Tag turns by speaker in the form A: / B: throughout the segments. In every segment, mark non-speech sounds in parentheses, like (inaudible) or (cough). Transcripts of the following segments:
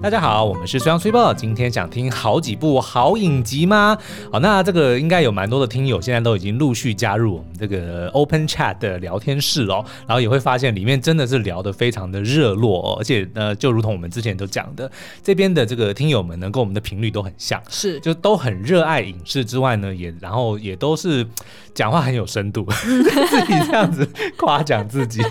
A: 大家好，我们是虽然崔报，今天想听好几部好影集吗？好，那这个应该有蛮多的听友现在都已经陆续加入我们这个 Open Chat 的聊天室哦，然后也会发现里面真的是聊得非常的热络、哦，而且呢，就如同我们之前都讲的，这边的这个听友们呢，跟我们的频率都很像，
B: 是
A: 就都很热爱影视之外呢，也然后也都是讲话很有深度， (laughs) 自己这样子夸奖自己。 (laughs)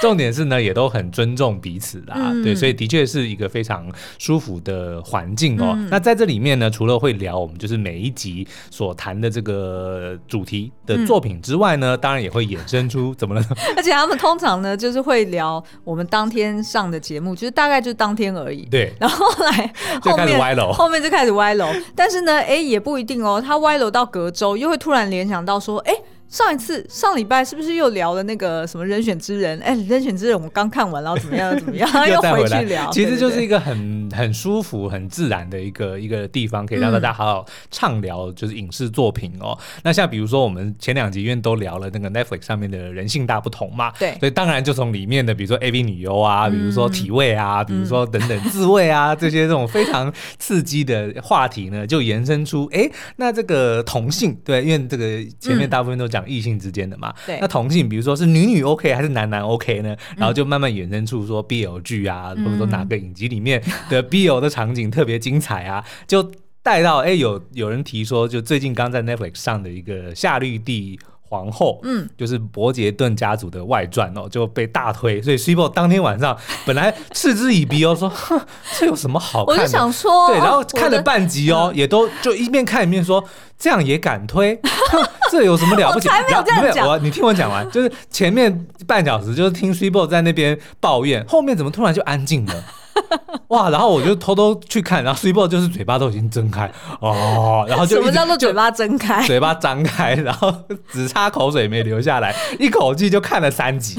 A: 重点是呢，也都很尊重彼此啦，
B: 嗯
A: 对，所以的确是一个非常舒服的环境哦。那在这里面呢，除了会聊我们就是每一集所谈的这个主题的作品之外呢，当然也会衍生出怎么了呢？
B: (laughs)
A: (laughs)
B: 而且他们通常呢，就是会聊我们当天上的节目，就是大概就当天而已。 (laughs)
A: 对，
B: 然后后来
A: 就
B: 后
A: 开始
B: 面
A: 歪楼
B: 后面就开始歪楼。但是呢，哎，也不一定哦。他歪楼到隔周，又会突然联想到说，哎，上一次上礼拜是不是又聊了那个什么人选之人？哎，人选之人我刚看完，然后怎
A: (laughs)
B: 么样怎么样， (laughs)
A: 又再
B: 回
A: 回
B: 去
A: 来
B: 聊。
A: 其实
B: 对对
A: 就是一
B: 对
A: 个很很舒服、很自然的一个一个地方，可以让大家好好畅聊，就是影视作品哦。那像比如说我们前两集因为都聊了那个 Netflix 上面的人性大不同嘛，
B: 对嗯
A: 所以当然就从里面的比如说 AV 女优啊，比如说体位啊，比如说等等自慰
B: (laughs)
A: 啊、这些这种非常刺激的话题呢，就延伸出哎，诶那这个同性对，因为这个前面
B: 嗯
A: 大部分都讲异性之间的嘛，
B: 对嗯
A: 那同性比如说是女女 OK 还是男男 OK 呢？然后就慢慢衍生出说 BL 剧啊，或者说哪个影集里面
B: (laughs)
A: 的 BL 的场景特别精彩啊，就带到哎、有有人提说，就最近刚在 Netflix 上的一个《夏绿蒂皇后》，
B: 嗯，
A: 就是伯杰顿家族的外传哦，就被大推，所以 s i b o 当天晚上本来嗤之以鼻哦，说 (laughs) 哼这有什么好
B: 我
A: 看的？
B: 就想说，
A: 对，
B: 哦
A: 然后
B: 我的嗯
A: 看了半集哦，也都就一边看一边说这样也敢推，哼这有什么了不起？
B: (laughs) 我才没有
A: 然后
B: 这样讲
A: 我你听我讲完，就是前面半小时就是听 s i b o 在那边抱怨，后面怎么突然就安静了？ (laughs) 哇！然后我就偷偷去看，然后 s i b o 就是嘴巴都已经睁开哦，然后就
B: 什
A: 一
B: 么
A: 直
B: 叫做嘴巴睁开？
A: 嘴巴张开，然后 (laughs) 只差口水没流下来，一口气就看了三集，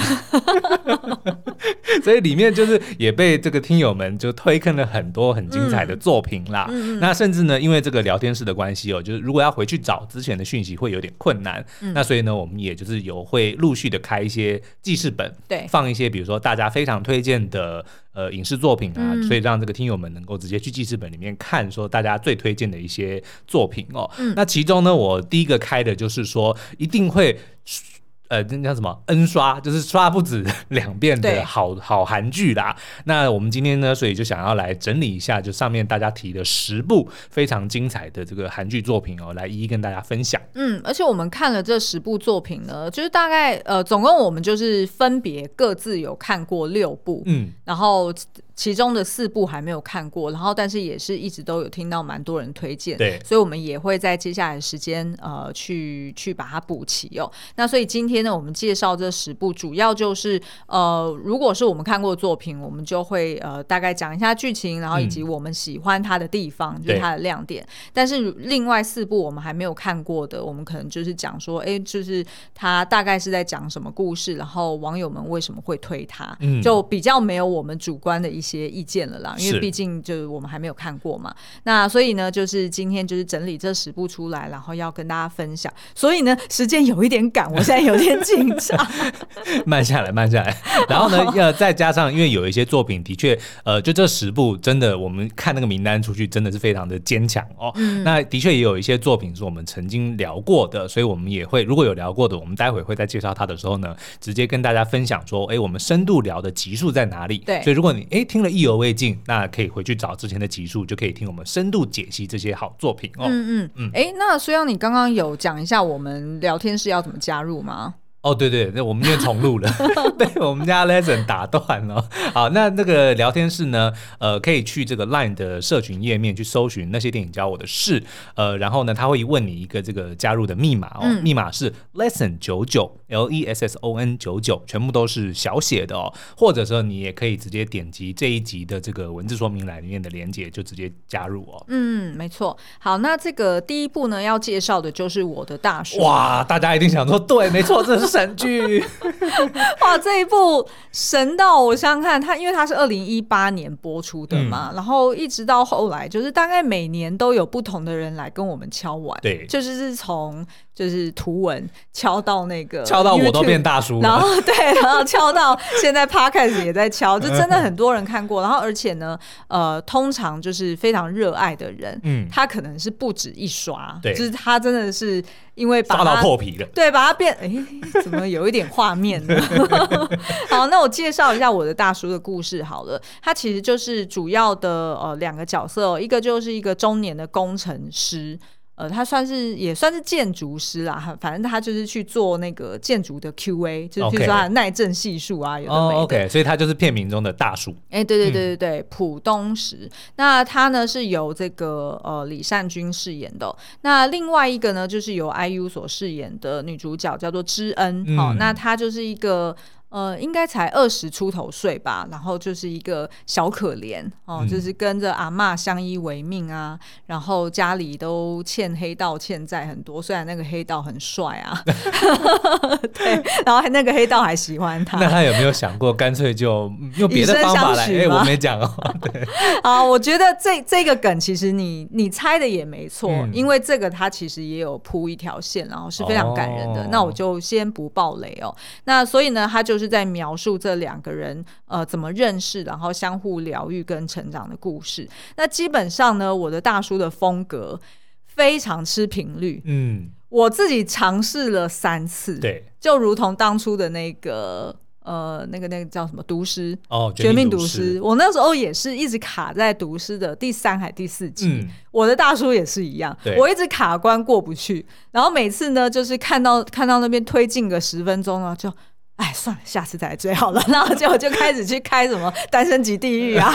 A: (laughs) 所以里面就是也被这个听友们就推坑了很多很精彩的作品啦。
B: 嗯
A: 那甚至呢，因为这个聊天室的关系哦，就是如果要回去找之前的讯息会有点困难，
B: 嗯
A: 那所以呢，我们也就是有会陆续的开一些记事本，
B: 对
A: 放一些比如说大家非常推荐的呃影视作品啊，
B: 嗯
A: 所以让这个听友们能够直接去记事本里面看，说大家最推荐的一些作品哦。
B: 嗯
A: 那其中呢，我第一个开的就是说一定会。呃，那叫什么 N 刷，就是刷不止 (laughs) 两遍
B: 对
A: 的好好韩剧啦。那我们今天呢，所以就想要来整理一下，就上面大家提的十部非常精彩的这个韩剧作品哦，来一一跟大家分享。
B: 嗯，而且我们看了这十部作品呢，就是大概呃，总共我们就是分别各自有看过六部，
A: 嗯，
B: 然后其其中的四部还没有看过，然后但是也是一直都有听到蛮多人推荐，
A: 对
B: 所以我们也会在接下来的时间呃去去把它补齐哦。那所以今天呢，我们介绍这十部，主要就是呃，如果是我们看过的作品，我们就会呃大概讲一下剧情，然
A: 嗯
B: 后以及我们喜欢它的地方，就是它的亮点。但是另外四部我们还没有看过的，我们可能就是讲说，哎，就是它大概是在讲什么故事，然后网友们为什么会推它，
A: 嗯
B: 就比较没有我们主观的一些意见了啦，因为
A: 是
B: 毕竟就是我们还没有看过嘛。那所以呢，就是今天就是整理这十部出来，然后要跟大家分享。所以呢，时间有一点赶，我现在有点紧张。
A: (laughs) 慢下来，慢下来。然后
B: (laughs)
A: 呢，要再加上，因为有一些作品的确，呃，就这十部，真的我们看那个名单出去，真的是非常的坚强哦。
B: 嗯
A: 那的确也有一些作品是我们曾经聊过的，所以我们也会如果有聊过的，我们待会会在介绍它的时候呢，直接跟大家分享说，哎，我们深度聊的集数在哪里？
B: 对
A: 所以如果你哎听了意犹未尽，那可以回去找之前的集数，就可以听我们深度解析这些好作品哦。
B: 嗯嗯，哎、那虽然你刚刚有讲一下我们聊天室要怎么加入吗？
A: 哦，对对，那我们又重录了， (laughs) 被我们家 Lesson 打断了。好，那那个聊天室呢，呃，可以去这个 Line 的社群页面去搜寻那些电影教我的事，呃，然后呢，他会问你一个这个加入的密码哦，
B: 嗯
A: 密码是 Lesson 九九 L E S S O N 九九，全部都是小写的哦，或者说你也可以直接点击这一集的这个文字说明栏里面的连接，就直接加入哦。
B: 嗯，没错。好，那这个第一部呢，要介绍的就是我的大叔。
A: 哇，大家一定想说，对，没错，这是神剧。
B: (laughs) 哇，这一部神到我想想看，它因为它是二零一八年播出的嘛，
A: 嗯
B: 然后一直到后来，就是大概每年都有不同的人来跟我们敲碗，
A: 对
B: 就是是从就是图文敲到那个，
A: 敲到我都变。大叔
B: 然
A: 了。
B: 后对，然后敲到现在 podcast 也在敲，就真的很多人看过。然后而且呢，呃，通常就是非常热爱的人，
A: 嗯，
B: 他可能是不止一刷，
A: 对
B: 就是他真的是因为把
A: 刷到
B: 它
A: 破皮了。
B: 对，把它变哎、怎么有一点画面呢？ (laughs) 好，那我介绍一下我的大叔的故事好了。他其实就是主要的呃两个角色、哦，一个就是一个中年的工程师。呃，他算是也算是建筑师啦，他反正他就是去做那个建筑的 QA，就是比如
A: OK
B: 说他的耐震系数啊，有的没的。
A: 哦，OK，所以他就是片名中的大叔。
B: 哎、对对对对对，浦东石。那他呢是由这个呃李善均饰演的哦、那另外一个呢就是由 IU 所饰演的女主角叫做知恩。
A: 嗯
B: 哦，那她就是一个。呃，应该才二十出头岁吧，然后就是一个小可怜哦，
A: 嗯
B: 就是跟着阿嬷相依为命啊，然后家里都欠黑道欠债很多，虽然那个黑道很帅啊， (laughs) 对，然后那个黑道还喜欢他，
A: 那他有没有想过，干脆就嗯用别的方法来？
B: 以身相许
A: 哎，
B: 吗
A: 我没讲哦。 (laughs)
B: (laughs) 啊，我觉得这这个梗其实你你猜的也没错，
A: 嗯
B: 因为这个它其实也有铺一条线，然后是非常感人的。
A: 哦
B: 那我就先不爆雷哦。那所以呢，他就是在描述这两个人呃怎么认识，然后相互疗愈跟成长的故事。那基本上呢，我的大叔的风格非常吃频率，
A: 嗯，
B: 我自己尝试了三次，，
A: 对，
B: 就如同当初的那个呃那个那个叫什么毒师，
A: 哦，
B: 《绝命毒师
A: 师》，，
B: 我那时候也是一直卡在毒师的第三还第四集。
A: 嗯，
B: 我的大叔也是一样
A: 对，
B: 我一直卡关过不去，然后每次呢，就是看到看到那边推进个十分钟啊，就。哎，算了，下次再来追好了。然 (laughs) 后结果就开始去开什么单身级地狱啊，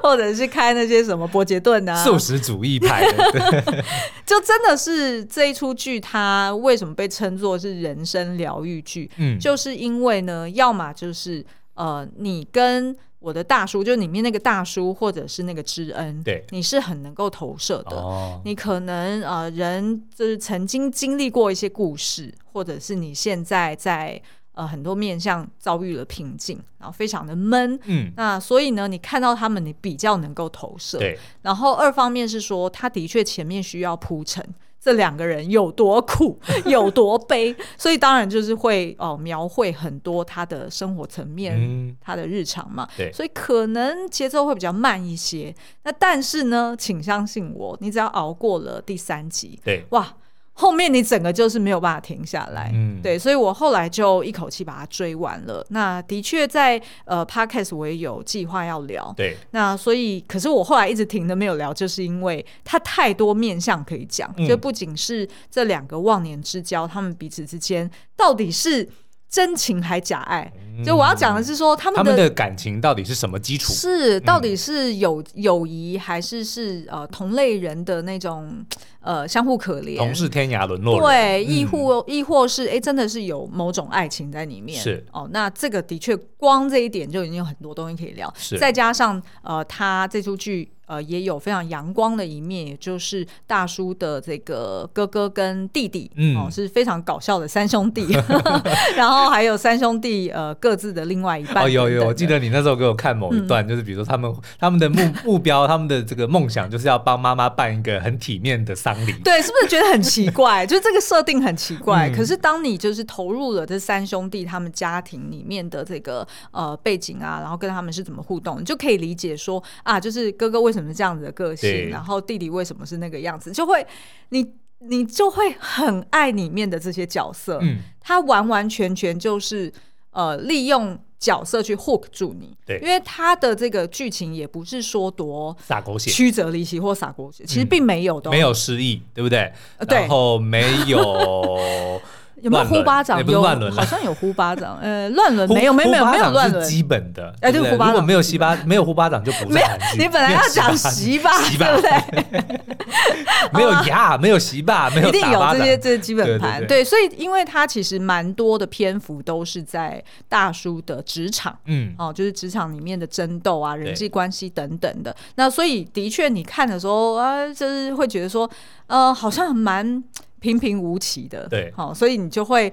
B: (laughs) 或者是开那些什么伯杰顿啊，
A: 素食主义派的，对
B: 就真的是这一出剧，它为什么被称作是人生疗愈剧？
A: 嗯，
B: (laughs) 就是因为呢，要么就是呃，你跟我的大叔，就里面那个大叔，或者是那个知恩，
A: 对
B: 你是很能够投射的。
A: 哦，
B: 你可能呃，人就是曾经经历过一些故事，或者是你现在在呃很多面向遭遇了瓶颈，然后非常的闷。
A: 嗯，
B: 那所以呢，你看到他们，你比较能够投射。
A: 对，
B: 然后二方面是说，他的确前面需要铺陈，这两个人有多苦，有多
A: (laughs)
B: 悲，所以当然就是会哦、呃描绘很多他的生活层面。
A: 嗯，
B: 他的日常嘛，
A: 对
B: 所以可能节奏会比较慢一些。那但是呢，请相信我，你只要熬过了第三集，
A: 对，
B: 哇，后面你整个就是没有办法停下来。
A: 嗯，
B: 对，所以我后来就一口气把它追完了。那的确在呃 podcast 我也有计划要聊，
A: 对，
B: 那所以，可是我后来一直停的没有聊，就是因为它太多面向可以讲，
A: 嗯
B: 就不仅是这两个忘年之交，他们彼此之间到底是真情还假爱？就我要讲的是说，他
A: 嗯他
B: 们
A: 们
B: 的
A: 的嗯感情到底是什么基础？
B: 是到底是友友谊，还是是呃同类人的那种呃相互可怜？
A: 同是天涯沦落人，
B: 对，
A: 嗯
B: 亦或亦或是哎、诶真的是有某种爱情在里面。
A: 是
B: 哦，那这个的确，光这一点就已经有很多东西可以聊。
A: 是
B: 再加上呃，他这出剧呃也有非常阳光的一面，也就是大叔的这个哥哥跟弟弟，
A: 嗯
B: 哦，是非常搞笑的三兄弟， (laughs) 然后还有三兄弟呃各自的另外一半
A: 哦，有
B: 等等
A: 有，
B: 的嗯
A: 我记得你那时候给我看某一段，就是比如说他们他们的目 (laughs) 目标，他们的这个梦想就是要帮妈妈办一个很体面的丧礼。
B: 对，是不是觉得很奇怪？ (laughs) 就这个设定很奇怪。
A: 嗯
B: 可是当你就是投入了这三兄弟他们家庭里面的这个呃背景啊，然后跟他们是怎么互动，你就可以理解说啊，就是哥哥为什么是这样子的个
A: 对
B: 性，然后弟弟为什么是那个样子，就会你你就会很爱里面的这些角色，
A: 嗯，
B: 他完完全全就是呃利用。角色去 hook 住你，
A: 对
B: 因为他的这个剧情也不是说多
A: 撒狗血，
B: 曲折离奇或洒狗血，其实
A: 嗯
B: 并没有的哦、
A: 没有失忆，对不对？
B: 呃对
A: 然后没
B: (laughs)
A: 有
B: 有没有
A: 乱伦
B: 呼巴掌？
A: 也不是
B: 有
A: 乱伦啦啊
B: 好像有呼巴掌，呃，乱伦
A: 呼
B: 没有，没有，没有，
A: 呼巴
B: 没有
A: 掌
B: 乱
A: 是
B: 伦。
A: 基本的。
B: 哎对
A: 对不对
B: 呼巴
A: 如
B: 掌
A: 果没有西巴，没有呼巴掌就不是韩剧。
B: 你本来要
A: (laughs)
B: 讲席吧，对不对？
A: 没有牙，没有席霸，没有
B: 一定
A: 打
B: 有
A: 巴
B: 这
A: 掌。
B: 些这些基本盘。
A: 对对
B: 对，所以因为它其实蛮多的篇幅都是在大叔的职场。
A: 嗯，
B: 哦，就是职场里面的争斗啊、人
A: 对
B: 际关系等等的。那所以的确，你看的时候啊，就是会觉得说，呃，好像蛮平平无奇的。
A: 对
B: 好、所以你就会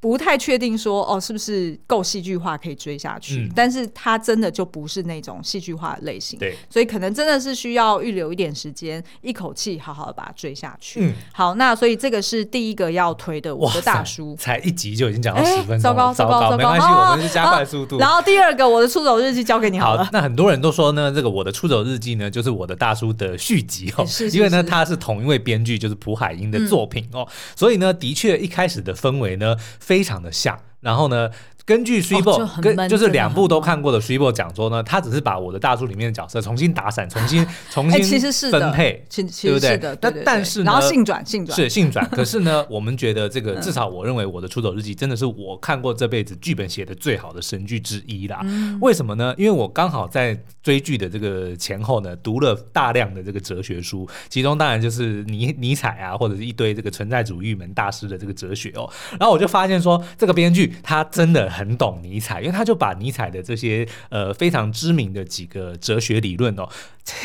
B: 不太确定说哦是不是够戏剧化可以追下去，
A: 嗯
B: 但是它真的就不是那种戏剧化的类型，
A: 对，
B: 所以可能真的是需要预留一点时间，一口气好好的把它追下去。
A: 嗯
B: 好，那所以这个是第一个要推的我的大叔。
A: 才一集就已经讲到
B: 哎
A: 十分钟了，
B: 糟糕
A: 糟
B: 糟糕糟哦
A: 没
B: 糕
A: 关系，
B: 好
A: 我们是加快速度。
B: 然后第二个，我的出走日记交给你好了。
A: 好，那很多人都说呢，这个我的出走日记呢，就是我的大叔的续集哦，
B: (laughs) 是是
A: 因为呢，
B: 是嗯
A: 他是同一位编剧，就是蒲海英的作品哦，所以呢，的确一开始的氛围呢，非常的像，然后呢。根据 s h i b o、
B: 哦就很
A: 跟
B: 闷
A: 就是
B: 真的
A: 两
B: 很
A: 部都
B: 闷
A: 看过的 s h i b o 讲说呢，他只是把我的大叔里面的角色重新打散，重新重
B: (laughs) 哎、
A: 新
B: 其实是的，
A: 分配，
B: 其其
A: 对不
B: 实
A: 对
B: 是的。对
A: 那
B: 对对
A: 但是呢
B: 然后性转性转嗯
A: 是性转，可是
B: (laughs)
A: 呢，我们觉得这个至少我认为我的《出走日记》真的是我看过这辈子剧本写的最好的神剧之一啦。
B: 嗯
A: 为什么呢？因为我刚好在追剧的这个前后呢，读了大量的这个哲学书，其中当然就是尼尼采啊，或者是一堆这个存在主义门大师的这个哲学哦。然后我就发现说，这个编剧他真的很懂尼采，因为他就把尼采的这些呃非常知名的几个哲学理论哦，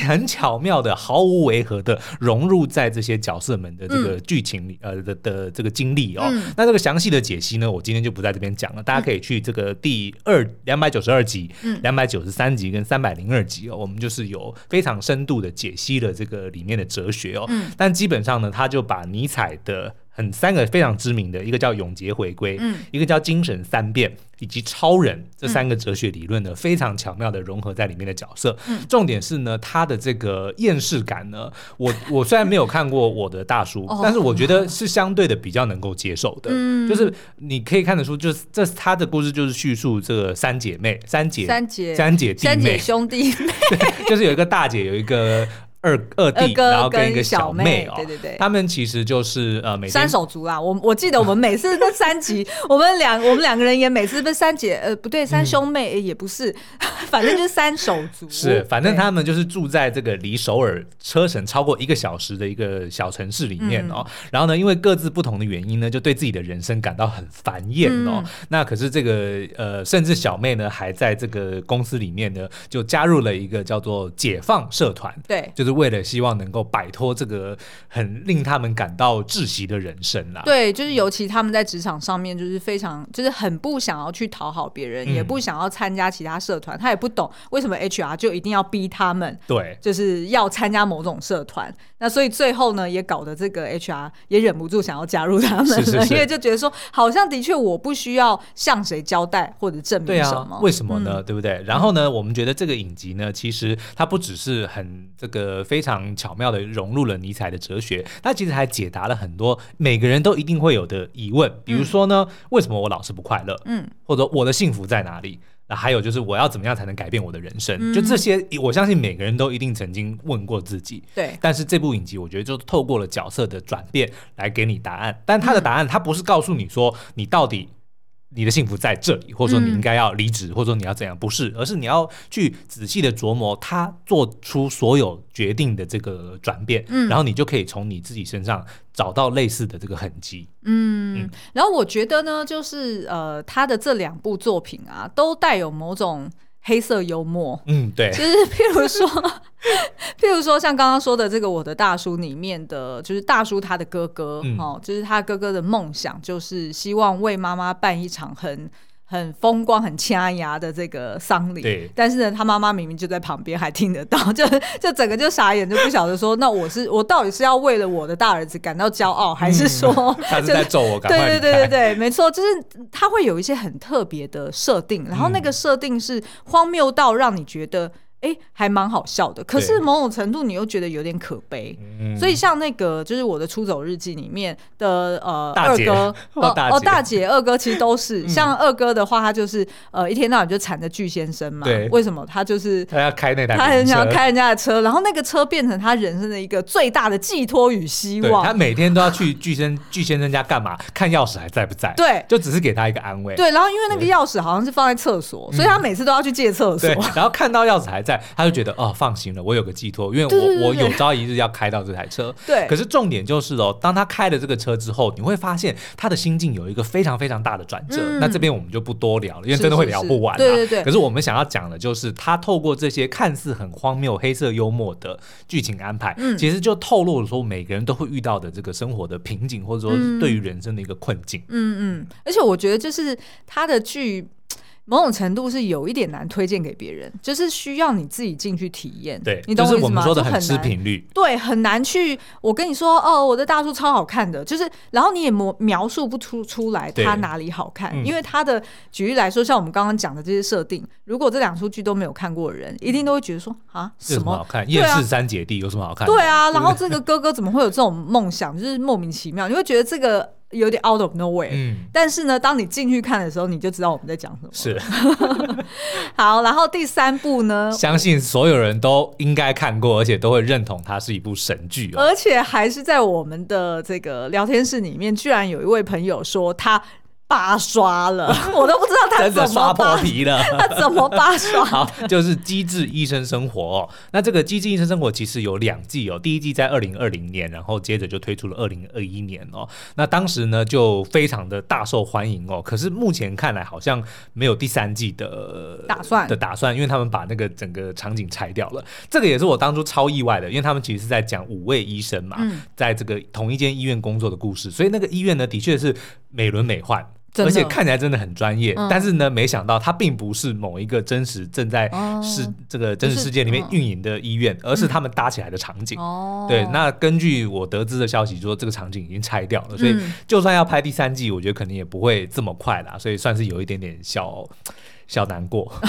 A: 很巧妙的、毫无违和的融入在这些角色们的这个剧情里、呃的的这个经历哦。那这个详细的解析呢，我今天就不在这边讲了，大家可以去这个第二两百九十二集、两百九十三集跟三百零二集哦，我们就是有非常深度的解析了这个里面的哲学哦。但基本上呢，他就把尼采的很三个非常知名的，一个叫永劫回归，
B: 嗯
A: 一个叫精神三变，以及超人这三个哲学理论呢，非常巧妙的融合在里面的角色。
B: 嗯
A: 重点是呢，他的这个厌世感呢，我我虽然没有看过我的大叔，
B: (laughs) 哦嗯
A: 但是我觉得是相对的比较能够接受的，就是你可以看得出，就是这他的故事就是叙述这个三姐妹，三姐
B: 三姐
A: 三姐弟
B: 三姐
A: 妹，
B: 兄弟
A: 就是有一个大姐，有一个二二
B: 二
A: 弟，然
B: 呃哥
A: 后跟一个
B: 跟
A: 小
B: 妹，
A: 哦，
B: 对对对。
A: 他们其实就是呃每天
B: 三手足啦，我我记得我们每次那三
A: (laughs)
B: 集，我们两我们两个人也每次被三姐呃不对
A: 嗯
B: 三兄妹、呃也不是， (laughs) 反正就是三手足。
A: 是，反正
B: 对
A: 他们就是住在这个离首尔车程超过一个小时的一个小城市里
B: 嗯
A: 面哦。然后呢，因为各自不同的原因呢，就对自己的人生感到很烦厌哦。
B: 嗯
A: 那可是这个呃，甚至小妹呢，还在这个公司里面呢，就加入了一个叫做解放社团。
B: 对
A: 就是为了希望能够摆脱这个很令他们感到窒息的人生啦。啊
B: 对，就是尤其他们在职场上面，就是非常就是很不想要去讨好别人，
A: 嗯
B: 也不想要参加其他社团，他也不懂为什么 HR 就一定要逼他们。
A: 对，
B: 就是要参加某种社团，那所以最后呢，也搞得这个 HR 也忍不住想要加入他们了，
A: 是是是
B: (laughs) 因为就觉得说，好像的确我不需要向谁交代或者证
A: 对
B: 明什
A: 啊
B: 么，，
A: 为什么呢？对不对？然后呢，我们觉得这个影集呢，其实它不只是很这个非常巧妙的融入了尼采的哲学，它其实还解答了很多每个人都一定会有的疑问，比如说呢，为什么我老是不快乐？
B: 嗯，
A: 或者我的幸福在哪里？那还有就是我要怎么样才能改变我的人生？就这些，我相信每个人都一定曾经问过自己。
B: 对，
A: 但是这部影集，我觉得就透过了角色的转变来给你答案。但他的答案，他不是告诉你说你到底你的幸福在这里，或者说你应该要离职，或者说你要怎样，不是，而是你要去仔细的琢磨他做出所有决定的这个转变，
B: 嗯
A: 然后你就可以从你自己身上找到类似的这个痕迹。
B: 嗯，然后我觉得呢，就是呃，他的这两部作品啊，都带有某种黑色幽默，
A: 嗯，对
B: 就，是譬如说， (laughs) 譬如说像刚刚说的这个《我的大叔》里面的，就是大叔他的哥哥、
A: 嗯
B: 哦，就是他哥哥的梦想就是希望为妈妈办一场很。很风光、很掐牙的这个丧礼
A: 对，
B: 但是呢，他妈妈明明就在旁边，还听得到， (laughs) 就就整个就傻眼，就不晓得说，那我是我到底是要为了我的大儿子感到骄傲，还
A: 嗯
B: 是说，
A: 他是
B: 就
A: 在
B: 是
A: 咒我，赶快
B: 对对
A: 离
B: 对对
A: 开。
B: 对，没错，就是它会有一些很特别的设定，然后那个
A: 嗯
B: 设定是荒谬到让你觉得。哎，还蛮好笑的，可是
A: 对
B: 某种程度你又觉得有点可悲，
A: 嗯
B: 所以像那个就是我的《出走日记》里面的呃
A: 大
B: 二
A: 姐
B: 哥
A: 哦
B: 哦
A: 大
B: 哦
A: 姐嗯
B: 大姐二哥其实都
A: (laughs)
B: 是，像二哥的话，他就是呃一天到晚就缠着巨先生嘛
A: 对，
B: 为什么他就是
A: 他要开那台名车，
B: 他很想开人家的车，然后那个车变成他人生的一个最大的寄托与希
A: 对，
B: 望
A: 他，每天都要去巨先巨先生家干嘛？看钥匙还在不在？
B: 对
A: 就只是给他一个安慰。
B: 对，然后因为那个
A: 对嗯
B: 钥匙好像是放在厕所，所以他每次都要去借厕所。
A: 对，然后看到钥匙还在，在，他就觉得哦放心了，我有个寄托，因为我
B: 对对对
A: 我
B: 对
A: 有朝一日要开到这台车。
B: 对
A: (laughs) 可是重点就是哦，当他开了这个车之后，你会发现他的心境有一个非常非常大的转折。
B: 嗯
A: 那这边我们就不多聊了，因为
B: 是
A: 真的会
B: 是
A: 聊
B: 是
A: 不完、啊。
B: 对对对
A: 可是我们想要讲的就是，他透过这些看似很荒谬、黑色幽默的剧情安排，
B: 嗯
A: 其实就透露了说每个人都会遇到的这个生活的瓶颈，或者说
B: 嗯
A: 对于人生的一个困境。
B: 嗯嗯，而且我觉得就是他的剧。某种程度是有一点难推荐给别人，就是需要你自己进去体验。
A: 对，
B: 你
A: 就
B: 懂
A: 是
B: 意
A: 我们
B: 思吗？
A: 说
B: 就
A: 的
B: 很
A: 很失
B: 难。
A: 频率。
B: 对，很难去。我跟你说，哦，我的大叔超好看的，就是，然后你也描描述不出出来
A: 对
B: 他哪里好看，
A: 嗯
B: 因为他的举例来说，像我们刚刚讲的这些设定，如果这两出剧都没有看过的人，一定都会觉得说啊，
A: 这有
B: 什
A: 什么
B: 么
A: 好看？
B: 对
A: 叶
B: 啊
A: 氏三姐弟有什么好看的？
B: 对啊，然后这个哥哥怎么会有这种梦想？就是莫名其妙，你会觉得这个有点 out of nowhere。
A: 嗯，
B: 但是呢，当你进去看的时候，你就知道我们在讲什么。
A: 是，
B: 好，然后第三部呢，
A: 相信所有人都应该看过，而且都会认同它是一部神剧哦。
B: 而且还是在我们的这个聊天室里面，居然有一位朋友说他八
A: (laughs)
B: 刷了，我都不知道他
A: 真的
B: 怎
A: 刷
B: 么
A: 破
B: 八，
A: 皮了。
B: 他怎么八
A: (laughs)
B: 刷？
A: 好，就是《机智医生生活》哦。那这个《机智医生生活》其实有两季哦，第一季在二零二零年，然后接着就推出了二零二一年哦。那当时呢就非常的大受欢迎哦，可是目前看来好像没有第三季的
B: 打算
A: 的打算，因为他们把那个整个场景拆掉了。这个也是我当初超意外的，因为他们其实是在讲五位医生嘛，
B: 嗯
A: 在这个同一间医院工作的故事，所以那个医院呢的确是美轮美奂。
B: 真的
A: 而且看起来真的很专业，
B: 嗯
A: 但是呢，没想到它并不是某一个真实正在
B: 哦
A: 是这个真实世界里面
B: 不是嗯
A: 运营的医院，而是他们搭起来的场景。
B: 哦
A: 对，那根据我得知的消息，说这个场景已经拆掉了，所以
B: 嗯
A: 就算要拍第三季，我觉得可能也不会这么快啦，所以算是有一点点小小难过。
B: (laughs)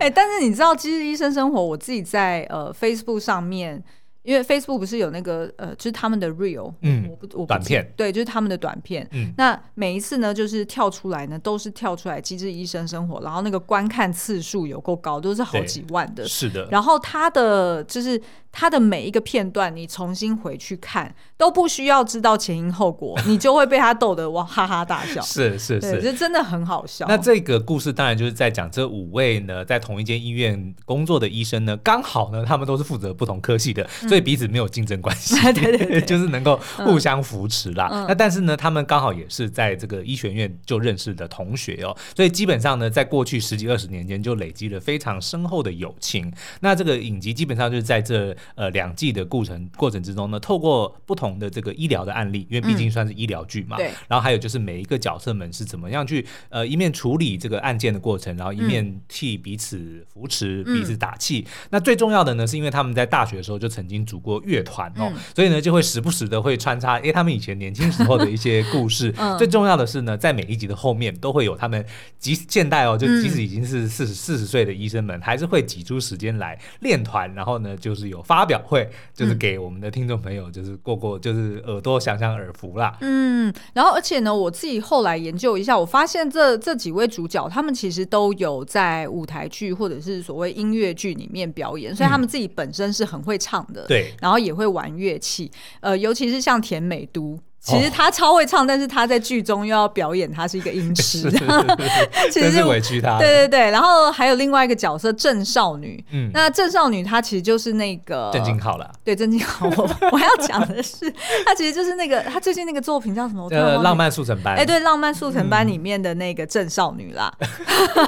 B: 哎、但是你知道《机智医生生活》，我自己在呃 Facebook 上面，因为 Facebook 不是有那个呃，就是他们的 Real，
A: 嗯
B: 我不我不
A: 短片
B: 记得，对，就是他们的短片。
A: 嗯
B: 那每一次呢，就是跳出来呢，都是跳出来《机智医生生活》，然后那个观看次数有够高， (laughs) 都是好
A: 对
B: 几万的。
A: 是的，
B: 然后它的就是它的每一个片段，你重新回去看，都不需要知道前因后果，你就会被他逗得哇哈哈大
A: (laughs)
B: 笑。
A: 是是
B: 对，
A: 是。
B: 这真的很好笑。
A: 那这个故事当然就是在讲这五位呢，在同一间医院工作的医生呢，刚好呢，他们都是负责不同科系的，所以彼此没有竞争关系，
B: 嗯 (laughs) 对对对
A: (laughs) 就是能够互相扶持啦。
B: 嗯
A: 那但是呢，他们刚好也是在这个医学院就认识的同学哦，所以基本上呢，在过去十几二十年间就累积了非常深厚的友情。那这个影集基本上就是在这呃两季的过程过程之中呢，透过不同的这个医疗的案例，因为毕竟算是医疗剧嘛，
B: 嗯对
A: 然后还有就是每一个角色们是怎么样去呃一面处理这个案件的过程，然后一面替彼此扶持、
B: 嗯
A: 彼此打气。那最重要的呢，是因为他们在大学的时候就曾经组过乐团哦，
B: 嗯
A: 所以呢就会时不时的会穿插诶他们以前年轻时候的一些故事。
B: 嗯
A: 最重要的是呢，在每一集的后面都会有他们即现代哦，就
B: 嗯
A: 即使已经是四十四十岁的医生们，还是会挤出时间来练团，然后呢就是有发表会，就是
B: 嗯
A: 给我们的听众朋友就是过过就是耳朵想想耳福啦。
B: 嗯，然后而且呢，我自己后来研究一下，我发现这这几位主角他们其实都有在舞台剧或者是所谓音乐剧里面表演，所以他们自己本身是很会唱的，
A: 嗯对，
B: 然后也会玩乐器，呃，尤其是像田美都。其
A: 哦
B: 实他超会唱，但是他在剧中又要表演他是一个音痴，
A: (laughs)
B: 其
A: 真
B: 实
A: 是
B: 是
A: 委屈他了。
B: (laughs) 对对对。然后还有另外一个角色郑少女，
A: 嗯，
B: 那郑少女她其实就是那个
A: 正经好了。
B: 对郑经好， (laughs) 我我要讲的是，她其实就是那个她最近那个作品叫什么？我突然忘
A: 呃，
B: 记
A: 浪。漫速成班，
B: 哎、，对，《浪漫速成
A: 嗯
B: 班》里面的那个郑少女啦， (laughs)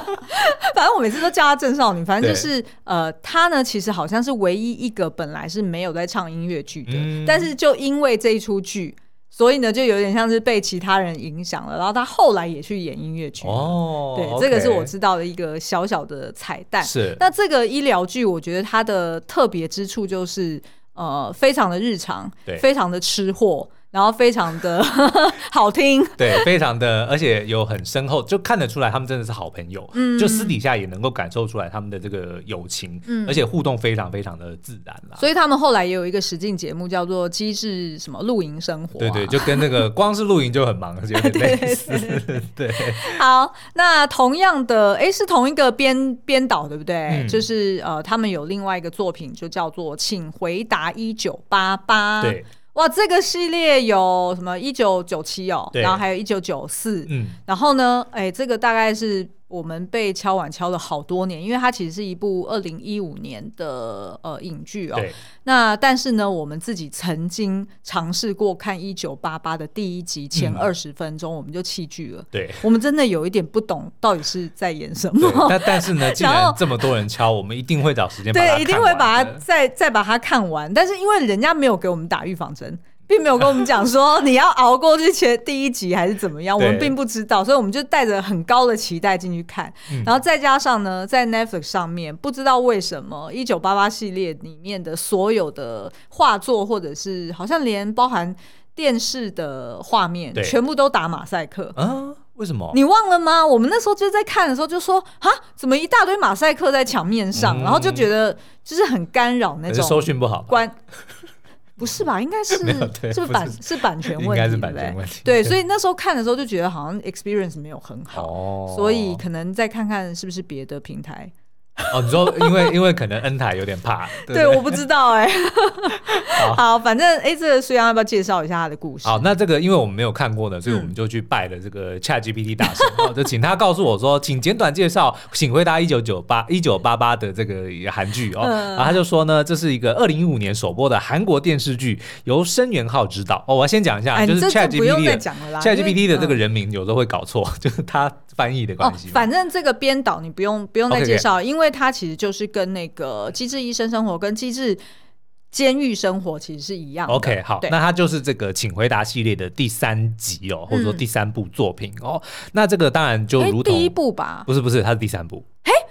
B: 反正我每次都叫她郑少女。反正就是呃，她呢其实好像是唯一一个本来是没有在唱音乐剧的，
A: 嗯
B: 但是就因为这一出剧，所以呢就有点像是被其他人影响了，然后她后来也去演音乐剧了。
A: 哦，
B: 对这个是我
A: OK
B: 知道的一个小小的彩蛋。
A: 是，
B: 那这个医疗剧，我觉得它的特别之处就是，呃，非常的日常
A: 对，
B: 非常的吃货，然后非常的 (laughs) 好听。
A: 对，非常的，而且有很深厚，就看得出来他们真的是好朋友，
B: 嗯
A: 就私底下也能够感受出来他们的这个友情，
B: 嗯
A: 而且互动非常非常的自然啦。
B: 所以他们后来也有一个实境节目，叫做《机智什么露营生活、啊》。
A: 对对，就跟那
B: (laughs)
A: 个光是露营就很忙，就有点类似。 (laughs) 对，
B: 好，那同样的，哎，是同一个编编导对不对？
A: 嗯
B: 就是呃，他们有另外一个作品，就叫做《请回答一九八八》。
A: 对，
B: 哇，这个系列有什么一九九七哦，
A: 对
B: 然后还有一九九四，
A: 嗯，
B: 然后呢，哎，这个大概是。我们被敲碗敲了好多年，因为它其实是一部二零一五年的呃影剧哦。
A: 对，
B: 那但是呢，我们自己曾经尝试过看《一九八八》的第一集前
A: 嗯
B: 二十分钟，我们就弃剧了。 (laughs)
A: 对。
B: 我们真的有一点不懂到底是在演什
A: 对，
B: 么。
A: 但但是呢，既
B: 然
A: 然
B: 后
A: 这么多人敲，我们一定会找时间把它看
B: 对，
A: 完
B: 一定会把它
A: 的
B: 再再把它看完。但是因为人家没有给我们打预防针，并没有跟我们
A: (laughs)
B: 讲说你要熬过去前第一集还是怎么样，我
A: 对
B: 们并不知道，所以我们就带着很高的期待进去看。
A: 嗯
B: 然后再加上呢，在 Netflix 上面，不知道为什么《一九八八》系列里面的所有的画作，或者是好像连包含电视的画面
A: 对，
B: 全部都打马赛克。
A: 啊？为什么？
B: 你忘了吗？我们那时候就在看的时候就说啊，怎么一大堆马赛克在墙面上，
A: 嗯
B: 然后就觉得就是很干扰那
A: 可是收
B: 种
A: 讯不好吧，
B: 关。不是吧？应该
A: (laughs)
B: 是
A: 没有对
B: 是不
A: 不是
B: 是版是版权问题？
A: 应该是
B: 对不
A: 版权
B: 对
A: 问题对
B: 对，所以那时候看的时候就觉得好像 experience 没有很好，
A: 哦，
B: 所以可能再看看是不是别的平台。
A: 哦，你说因为因 (laughs) 为可能 N 台有点怕，对不
B: 对，
A: 对
B: 我不知道
A: (laughs)
B: 哎、好，反正哎、这个虽然要不要介绍一下他的故事？
A: 好，那这个因为我们没有看过的，所以我
B: 嗯
A: 们就去拜了这个 Chat GPT 大神，哦就请他告诉我说，请简短介绍，请回答一九九八一九八八的这个韩剧哦。
B: 嗯
A: 然后他就说呢，这是一个二零一五年首播的韩国电视剧，由申元浩执导。哦，我要先讲一下，
B: 哎，
A: 就
B: 你
A: 是
B: 这
A: Chat
B: 就不用再
A: GPT 的
B: 讲了啦。
A: Chat
B: 因为
A: GPT 的这个
B: 嗯
A: 人名有时候会搞错， (laughs) 就是他翻译的关系嘛。
B: 哦反正这个编导你不用不用再
A: OK，OK
B: 介绍因为它其实就是跟那个《机智医生生活》跟《机智监狱生活》其实是一样的。
A: OK，好，
B: 对嗯
A: 那它就是这个《请回答》系列的第三集哦，或者说第三部作品哦。那这个当然就
B: 哎
A: 如同
B: 第一部吧，
A: 不是不是，它是第三部。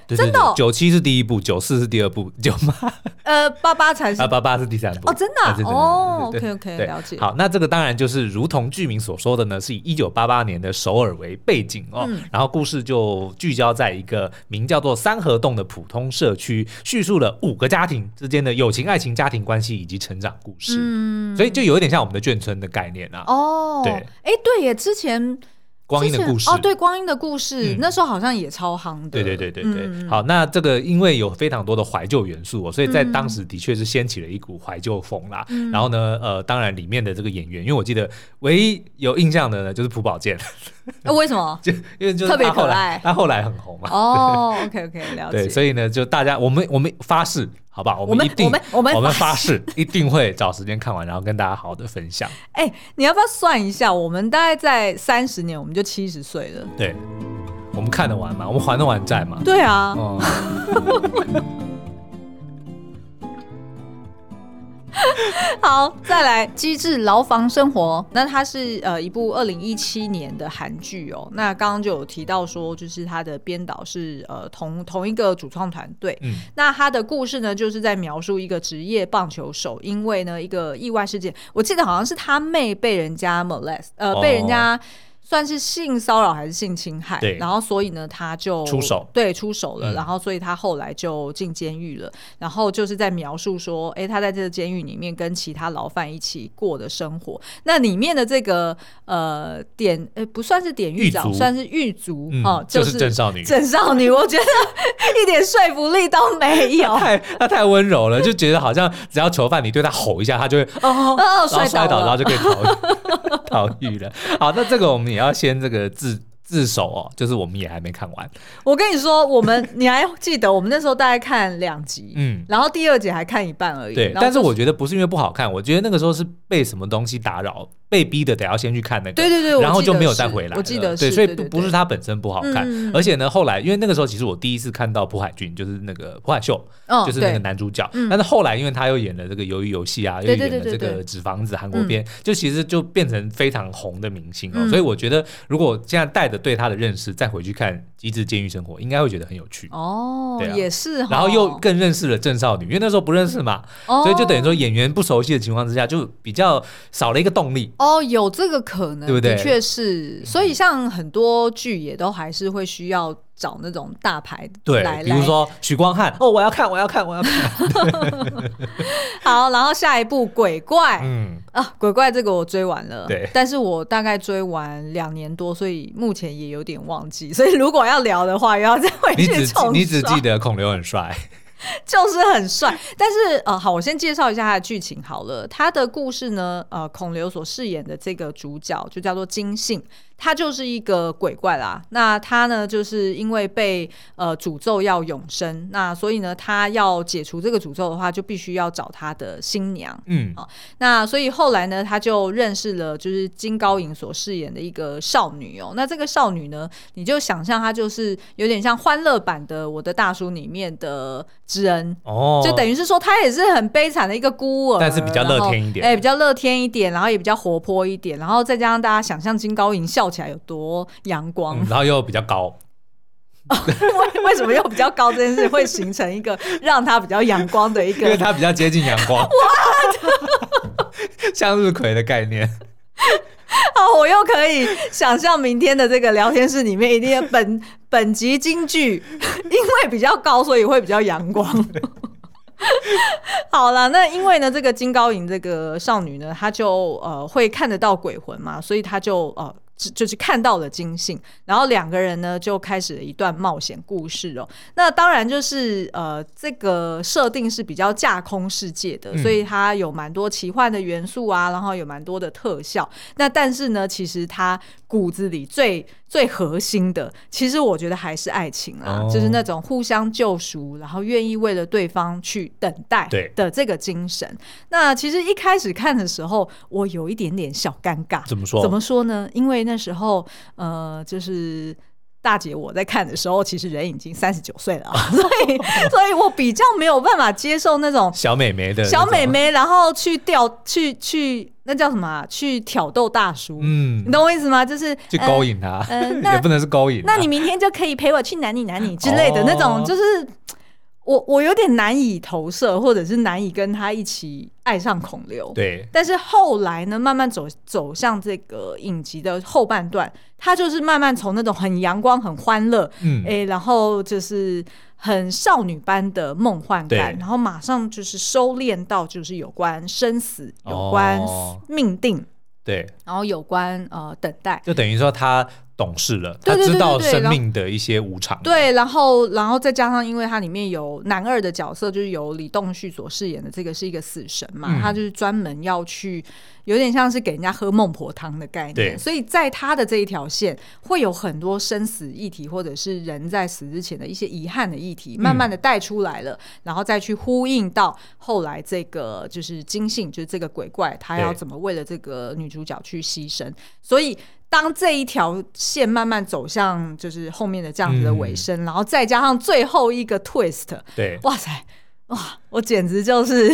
A: 对
B: 真的哦
A: 九七是第一部，九四是第二部，九八
B: 呃，八八才是
A: 啊八八是第三部。
B: 哦，真的啊
A: 啊对对对对
B: 哦
A: 对对
B: ，OK OK，
A: 对
B: 了解。
A: 好，那这个当然就是如同剧名所说的呢，是以一九八八年的首尔为背景哦，
B: 嗯
A: 然后故事就聚焦在一个名叫做三河洞的普通社区，叙述了五个家庭之间的友情、爱情、家庭关系以及成长故事，
B: 嗯，
A: 所以就有一点像我们的眷村的概念啊，
B: 哦，
A: 对
B: 哎，对耶，之前
A: 光阴的
B: 之前
A: 故事
B: 哦，对，光阴的故事
A: 嗯，
B: 那时候好像也超夯的。
A: 对对对对对，
B: 嗯
A: 好，那这个因为有非常多的怀旧元素、哦，所以在
B: 嗯
A: 当时的确是掀起了一股怀旧风啦。然后呢，呃，当然里面的这个演员，因为我记得唯一有印象的呢就是朴宝剑， (laughs)？
B: 哎，为什么
A: 就因为就是
B: 特别
A: 他后来
B: 可爱
A: 他后来很红嘛。
B: 哦，OK OK，
A: (laughs)
B: 了
A: 对，
B: 解。
A: 所以呢，就大家我们我们发誓，好不好？
B: 我
A: 们
B: 们
A: 一定
B: 我们我们
A: 我们发
B: 发
A: 誓一定会找时间看完，然后跟大家好好的分享。
B: 哎、你要不要算一下？我们大概在三十年，我们就七十岁了。
A: 对，我们看得完嘛？我们还得完债嘛？
B: 对啊，
A: 哦，
B: (laughs) 好，再来《机智牢房生活》，那它是呃一部二零一七年的韩剧哦。那刚刚就有提到说，就是它的编导是呃同同一个主创团队。
A: 嗯，
B: 那他的故事呢，就是在描述一个职业棒球手，因为呢一个意外事件，我记得好像是他妹被人家 molest，呃，
A: 哦
B: 被人家算是性骚扰还是性侵害
A: 对，
B: 然后所以呢他就
A: 出手
B: 对，出手了，
A: 嗯
B: 然后所以他后来就进监狱了，然后就是在描述说，诶，他在这个监狱里面跟其他牢犯一起过的生活，那里面的这个呃典呃不算是典狱
A: 狱
B: 长，
A: 卒
B: 算是狱卒
A: 嗯
B: 哦，
A: 就是是郑少 (laughs) 女
B: 郑少女，我觉得一点说服力都没有。
A: 太他太温柔了，就觉得好像只要囚犯你对他吼一下，他就会哦，然后
B: (laughs) 哦
A: 摔
B: 摔倒
A: 倒，然后
B: 了
A: 就可以逃逃狱 (laughs) 了。好，那这个我们也要先这个自自首哦，就是我们也还没看完，
B: 我跟你说，我们你还记得我们那时候大概看两集，
A: 嗯。
B: 然后第二集还看一半而已。
A: 对，
B: 嗯然后
A: 但是
B: 就
A: 我觉得不是因为不好看，我觉得那个时候是被什么东西打扰，被逼的得要先去看那个，
B: 对对对，我
A: 然后
B: 记
A: 就
B: 得
A: 没有再
B: 是
A: 回来了。
B: 我记得
A: 对，
B: 是，
A: 所以
B: 对
A: 不
B: 对
A: 不是它本身不好看，
B: 嗯嗯嗯
A: 而且呢，后来因为那个时候其实我第一次看到朴海俊，就是那个朴海秀，
B: 嗯
A: 就是那个
B: 对
A: 男主角。
B: 嗯
A: 但是后来因为他又演了这个《鱿鱼游戏》啊，又
B: 对
A: 演
B: 对对
A: 了这
B: 对
A: 个
B: 对
A: 《纸房子》韩国片，就其实就变成非常红的明星哦。
B: 嗯
A: 所以我觉得，如果现在带着对他的认识再回去看《机智监狱生活》，应该会觉得很有趣。
B: 哦
A: 对啊，
B: 也是哈，
A: 然后又更认识了郑少女，因为那时候不认识嘛，
B: 哦，
A: 所以就等于说演员不熟悉的情况之下，就比较少了一个动力。
B: 哦，有这个可能，
A: 对不对嗯
B: 的确是，所以像很多剧也都还是会需要找那种大牌
A: 对
B: 来，
A: 比如
B: 来
A: 说许光汉，哦，我要看，我要看，我要看。
B: (laughs) 好，然后下一部鬼怪， (laughs)
A: 嗯，
B: 啊，鬼怪这个我追完了，
A: 对
B: 但是我大概追完两年多，所以目前也有点忘记，所以如果要聊的话，又要再回
A: 你
B: 去
A: 只记
B: 重
A: 你只
B: 刷
A: 记得孔刘很帅，
B: 就是很帅。但是呃，好，我先介绍一下他的剧情好了。他的故事呢，呃，孔刘所饰演的这个主角就叫做金信，他就是一个鬼怪啦。那他呢，就是因为被呃诅咒要永生，那所以呢，他要解除这个诅咒的话，就必须要找他的新娘。
A: 嗯
B: 那所以后来呢，他就认识了就是金高银所饰演的一个少女哦。那这个少女呢，你就想象她就是有点像欢乐版的《我的大叔》里面的知恩。
A: 哦，
B: 就等于是说，她也是很悲惨的一个孤儿，
A: 但是比较乐天一点
B: 然后哎、比较乐天一点，然后也比较活泼一点，然后再加上大家想象金高银笑起来有多阳光，
A: 嗯然后又比较高，
B: (laughs) 为为什么又比较高这件事会形成一个让他比较阳
A: (laughs)
B: 光的一
A: 因为
B: 个 (laughs)
A: 它比较接近阳光。 (laughs) 向日葵的概念，
B: 哦，我又可以想象明天的这个聊天室里面，一定要本本集金句， (laughs) 因为比较高，所以会比较阳光。 (laughs) 好了，那因为呢，这个金高银这个少女呢，她就呃会看得到鬼魂嘛，所以她就呃只就是看到了金信，然后两个人呢就开始了一段冒险故事哦。那当然就是呃这个设定是比较架空世界的，所以它有蛮多奇幻的元素啊，然后有蛮多的特效。那但是呢，其实它骨子里最最核心的，其实我觉得还是爱情啦，
A: 哦
B: 就是那种互相救赎，然后愿意为了对方去等待
A: 对
B: 的这个精神。那其实一开始看的时候，我有一点点小尴尬。
A: 怎么说？
B: 怎么说呢？因为那时候，呃，就是大姐我在看的时候，其实人已经三十九岁了
A: (laughs)
B: 啊，所以，所以我比较没有办法接受那种
A: 小美眉的那
B: 小
A: 种
B: 美，眉，然后去钓，去去那叫什么啊、去挑逗大叔，
A: 嗯
B: 你，懂我意思吗？就是
A: 去
B: 呃
A: 勾引她， (laughs)
B: 呃那
A: 也不能是勾引啊。
B: 那你明天就可以陪我去哪里哪里之类的
A: 哦
B: 那种，就是我我有点难以投射，或者是难以跟他一起爱上孔刘。
A: 对
B: 但是后来呢，慢慢走走向这个影集的后半段，他就是慢慢从那种很阳光、很欢乐，
A: 嗯
B: 诶、然后就是很少女般的梦幻感，
A: 对
B: 然后马上就是收敛到就是有关生死、有关
A: 哦
B: 命定，
A: 对，
B: 然后有关呃等待。
A: 就等于说她懂事了，她
B: 对对对
A: 知道
B: 对对
A: 生
B: 然后
A: 命的一些无常。
B: 对，然后然后再加上，因为它里面有男二的角色，就是由李栋旭所饰演的，这个是一个死神嘛，
A: 嗯
B: 他就是专门要去，有点像是给人家喝孟婆汤的概
A: 对
B: 念。所以在他的这一条线，会有很多生死议题，或者是人在死之前的一些遗憾的议
A: 嗯
B: 题，慢慢的带出来了，然后再去呼应到后来这个就是金信，就是这个鬼怪，他要
A: 对
B: 怎么为了这个女主角去牺牲，所以。当这一条线慢慢走向就是后面的这样子的
A: 嗯
B: 尾声，然后再加上最后一个 twist，
A: 对，
B: 哇塞，哇，我简直就是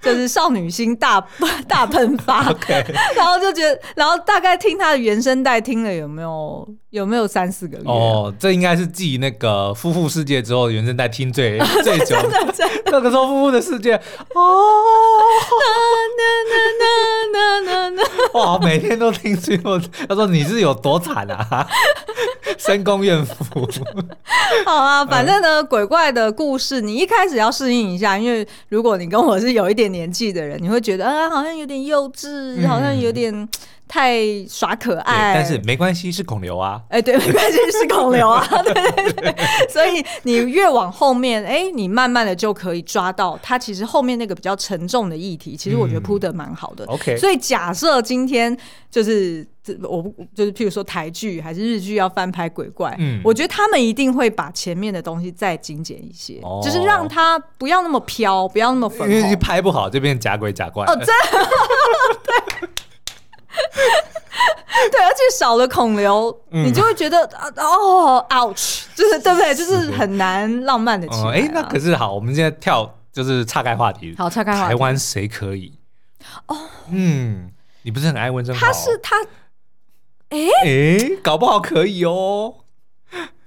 B: 就是少女心大大喷
A: (laughs)
B: 发
A: OK
B: (laughs) 然后就觉得，然后大概听他的原声带听了有没有有没有三四个月、啊？
A: 哦，这应该是继那个《夫妇世界》之后，原声带听
B: (laughs)
A: 最最久。
B: (laughs) 真的
A: 那个时候，《夫妇的世界》哦
B: 那那那那那，
A: 哇，每天都听最后，他说你是有多惨啊， (laughs) 深宫怨妇。
B: 好啊，反正呢，鬼怪的故事你一开始要适应一下，因为如果你跟我是有一点年纪的人，你会觉得啊，好像有点幼稚，
A: 嗯
B: 好像有点太耍可
A: 对，
B: 爱，
A: 但是没关系，是孔刘啊。
B: 哎、对，没关系，
A: (laughs)
B: 是孔流啊，对对对。所以你越往后面，哎、你慢慢的就可以抓到它。其实后面那个比较沉重的议题，其实我觉得铺的蛮好的。
A: 嗯 OK，
B: 所以假设今天就是这我不就是譬如说台剧还是日剧要翻拍鬼怪，
A: 嗯
B: 我觉得他们一定会把前面的东西再精简一些，
A: 哦
B: 就是让它不要那么飘，不要那么粉
A: 因为一
B: 红。
A: 拍不好，这边假鬼假怪。
B: 哦，真的，对对，而且少了孔刘，
A: 嗯
B: 你就会觉得啊哦，ouch，就是对不对？就是很难浪漫的起来、
A: 哦，
B: 啊。
A: 哎、那可是好，我们现在跳就是岔开话题。
B: 好岔开话题
A: 台湾谁可以？哦，嗯，你不是很爱温真豪？
B: 他是他，
A: 哎、哦搞不好可以哦。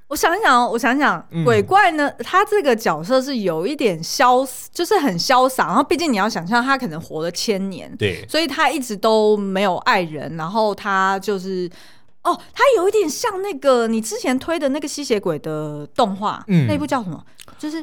B: 我想想哦，我想想，
A: 嗯
B: 鬼怪呢，他这个角色是有一点潇，就是很潇洒。然后，毕竟你要想象，他可能活了千年，
A: 对，
B: 所以他一直都没有爱人，然后他就是。哦，他有一点像那个你之前推的那个吸血鬼的动画，
A: 嗯
B: 那部叫什么？就是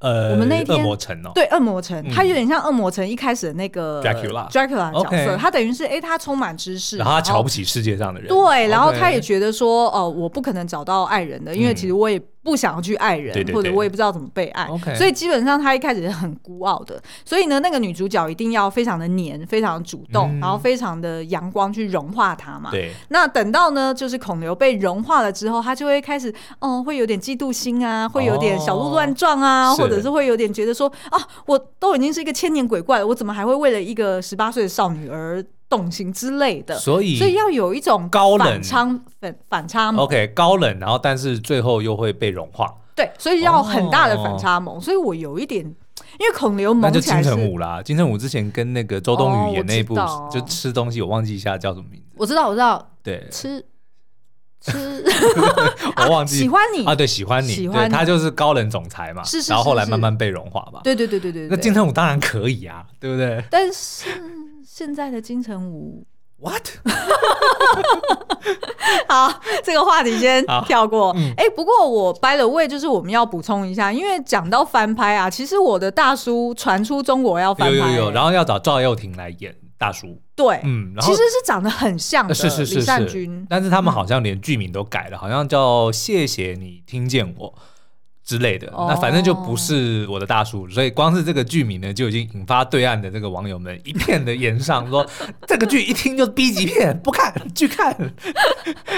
A: 呃，
B: 我们那一天
A: 恶魔城哦，
B: 对恶魔城，
A: 嗯
B: 他有点像恶魔城一开始的那个
A: Dracula
B: Dracula 的角
A: OK
B: 色，他等于是哎、他充满知识，
A: 然后他瞧不起世界上的人。
B: 对，然后
A: OK
B: 他也觉得说，哦、我不可能找到爱人的，因为
A: OK
B: 其实我也不想要去爱人，
A: 对对对
B: 或者我也不知道怎么被爱
A: OK
B: 所以基本上她一开始是很孤傲的。所以呢，那个女主角一定要非常的黏，非常主动，
A: 嗯
B: 然后非常的阳光去融化她嘛。
A: 对，
B: 那等到呢，就是孔刘被融化了之后，他就会开始，嗯，会有点嫉妒心啊，会有点小鹿乱撞啊，
A: 哦是
B: 或者是会有点觉得说，啊，我都已经是一个千年鬼怪了，我怎么还会为了一个十八岁的少女而动心之类的？
A: 所以
B: 所以要有一种
A: 高冷哦
B: 反差反反差萌，
A: OK 高冷，然后但是最后又会被融化，
B: 对，所以要很大的
A: 哦
B: 反差萌。所以我有一点，因为孔刘
A: 那
B: 萌
A: 就
B: 嗯起
A: 金
B: 来是
A: 城武啦。金城武之前跟那个周冬
B: 哦
A: 雨演那一部
B: 我知道
A: 就吃东西，我忘记一下叫什么名字，
B: 我知道，我知道，
A: 对 (laughs)
B: 吃吃，
A: 我忘记
B: 喜欢你
A: 啊，，对，喜欢你，
B: 喜
A: 对
B: 欢你
A: 他就是高冷总裁嘛，
B: 是是是
A: 然后后来
B: 是
A: 慢慢被融化吧。
B: 对对对对对对。
A: 那金城武当然可以啊，对不
B: (laughs)
A: 对
B: 但是现在的金城武，
A: ？What？
B: (laughs) 好，这个话题先
A: 好
B: 跳过。哎、
A: 嗯
B: 不过我 by the way，就是我们要补充一下，因为讲到翻拍啊，其实我的大叔传出中国要翻
A: 有
B: 拍、
A: 有有，然
B: 后
A: 后要找赵又廷来演大叔，
B: 对，
A: 嗯，然
B: 其
A: 后
B: 实是长得很像的，
A: 呃是是
B: 李
A: 是
B: 善
A: 是
B: 均，。嗯
A: 但是他们好像连剧名都改了，好像叫“谢谢你听见我”之类的。
B: 哦
A: 那反正就不是我的大叔，所以光是这个剧名呢，就已经引发对岸的这个网友们一片的言上，说 (laughs) 这个剧一听就是 B 级片，不看 (laughs) 去看。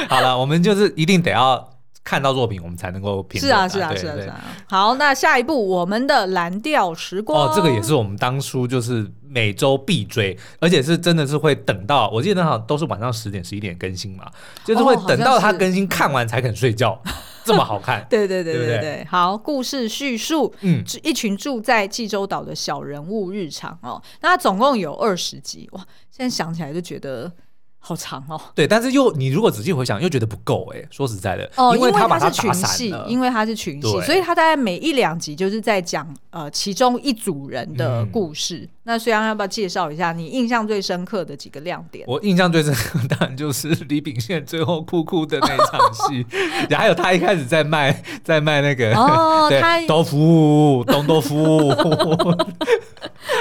A: 好了，我们就是一定得要看到作品，我们才能够评
B: 是
A: 论、
B: 啊，是啊，
A: 对
B: 是啊，是。
A: 对
B: 啊。好，那下一步我们的蓝调时光
A: 哦，这个也是我们当初就是每周必追，而且是真的是会等到，我记得好像都是晚上十点十一点更新嘛，就是会
B: 哦好像
A: 等到它
B: 是。
A: 更新看完才肯睡觉， (laughs) 这么好看
B: 对对对
A: 对不
B: 对
A: 对
B: 对，好，故事叙述，
A: 嗯，
B: 一群住在济州岛的小人物日常哦，那它总共有二十集哇，现在想起来就觉得好长哦。
A: 对，但是又你如果仔细回想，又觉得不够哎、说实在的，
B: 哦，
A: 为他把
B: 它
A: 它
B: 是群
A: 打
B: 戏
A: 散了，，
B: 因为它是群戏，
A: 对
B: 所以它大概每一两集就是在讲呃其中一组人的
A: 嗯
B: 故事。那虽然要不要介绍一下你印象最深刻的几个亮点？
A: 我印象最深刻，当然就是李秉宪最后哭哭的那场戏， (laughs) 然后还有他一开始在卖在卖那个 (laughs)
B: 哦
A: 对
B: 他
A: 豆腐东豆腐， (laughs)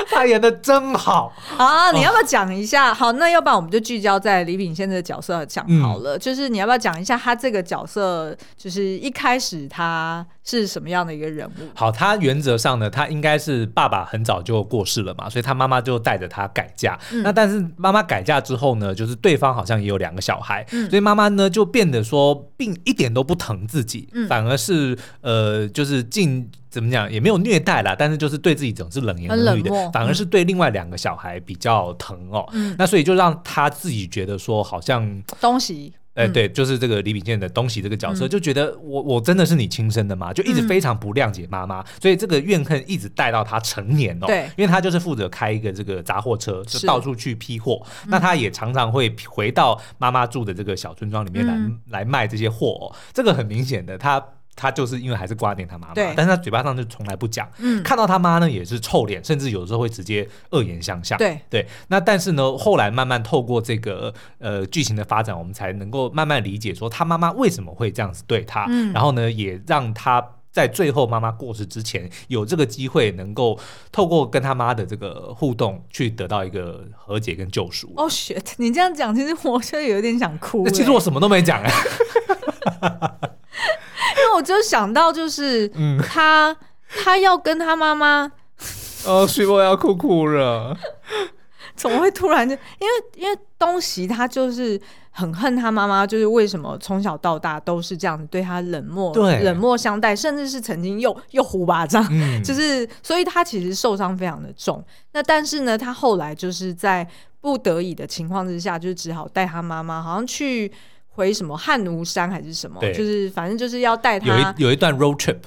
A: 他演的真好，
B: 好啊，
A: 哦
B: 你要不要讲一下？好，那要不然我们就聚焦在李秉宪这个角色讲好
A: 嗯
B: 了。就是你要不要讲一下他这个角色，就是一开始他是什么样的一个人物？
A: 好，他原则上呢，他应该是爸爸很早就过世了嘛，所以他妈妈就带着他改嫁。
B: 嗯
A: 那但是妈妈改嫁之后呢，就是对方好像也有两个小孩，
B: 嗯
A: 所以妈妈呢就变得说，并一点都不疼自己，
B: 嗯
A: 反而是呃，就是尽怎么讲也没有虐待啦，但是就是对自己总是冷言
B: 很
A: 冷语
B: 冷漠
A: 的，反而是对另外两个小孩比较疼哦。
B: 嗯
A: 那所以就让他自己觉得说，好像
B: 东西
A: 哎、
B: 嗯
A: 对，就是这个李秉宪的东西这个角色，就觉得我我真的是你亲生的吗？就一直
B: 嗯
A: 非常不谅解妈妈，所以这个怨恨一直带到他成年哦。
B: 对
A: 因为他就是负责开一个这个杂货车，就是到处去批货。
B: 嗯
A: 那他也常常会回到妈妈住的这个小村庄里面来、
B: 嗯
A: 来卖这些货、哦。这个很明显的，他他就是因为还是挂念他妈妈，
B: 对
A: 但是他嘴巴上就从来不讲。
B: 嗯
A: 看到他妈呢也是臭脸，甚至有时候会直接恶言相向。
B: 对
A: 对，那但是呢，后来慢慢透过这个呃剧情的发展，我们才能够慢慢理解说他妈妈为什么会这样子对他，
B: 嗯
A: 然后呢，也让他。在最后妈妈过世之前，有这个机会能够透过跟他妈的这个互动，去得到一个和解跟救赎。
B: 哦、shit！你这样讲，其实我现在有点想哭、
A: 那其
B: 欸
A: 实我什么都没讲哎、
B: 欸因为我就想到就是，
A: 嗯
B: 他他要跟他妈妈
A: (laughs) 哦，徐波要哭哭了。
B: (laughs) 怎么会突然就，因为因为东西他就是很恨他妈妈，就是为什么从小到大都是这样子对他冷漠，
A: 对
B: 冷漠相待，甚至是曾经又又胡巴掌，
A: 嗯，
B: (laughs) 就是所以他其实受伤非常的重。那但是呢，他后来就是在不得已的情况之下，就是只好带他妈妈，好像去。回什么汉奴山还是什么，
A: 对
B: 就是反正就是要带
A: 有一
B: 他，
A: 有一段 road trip，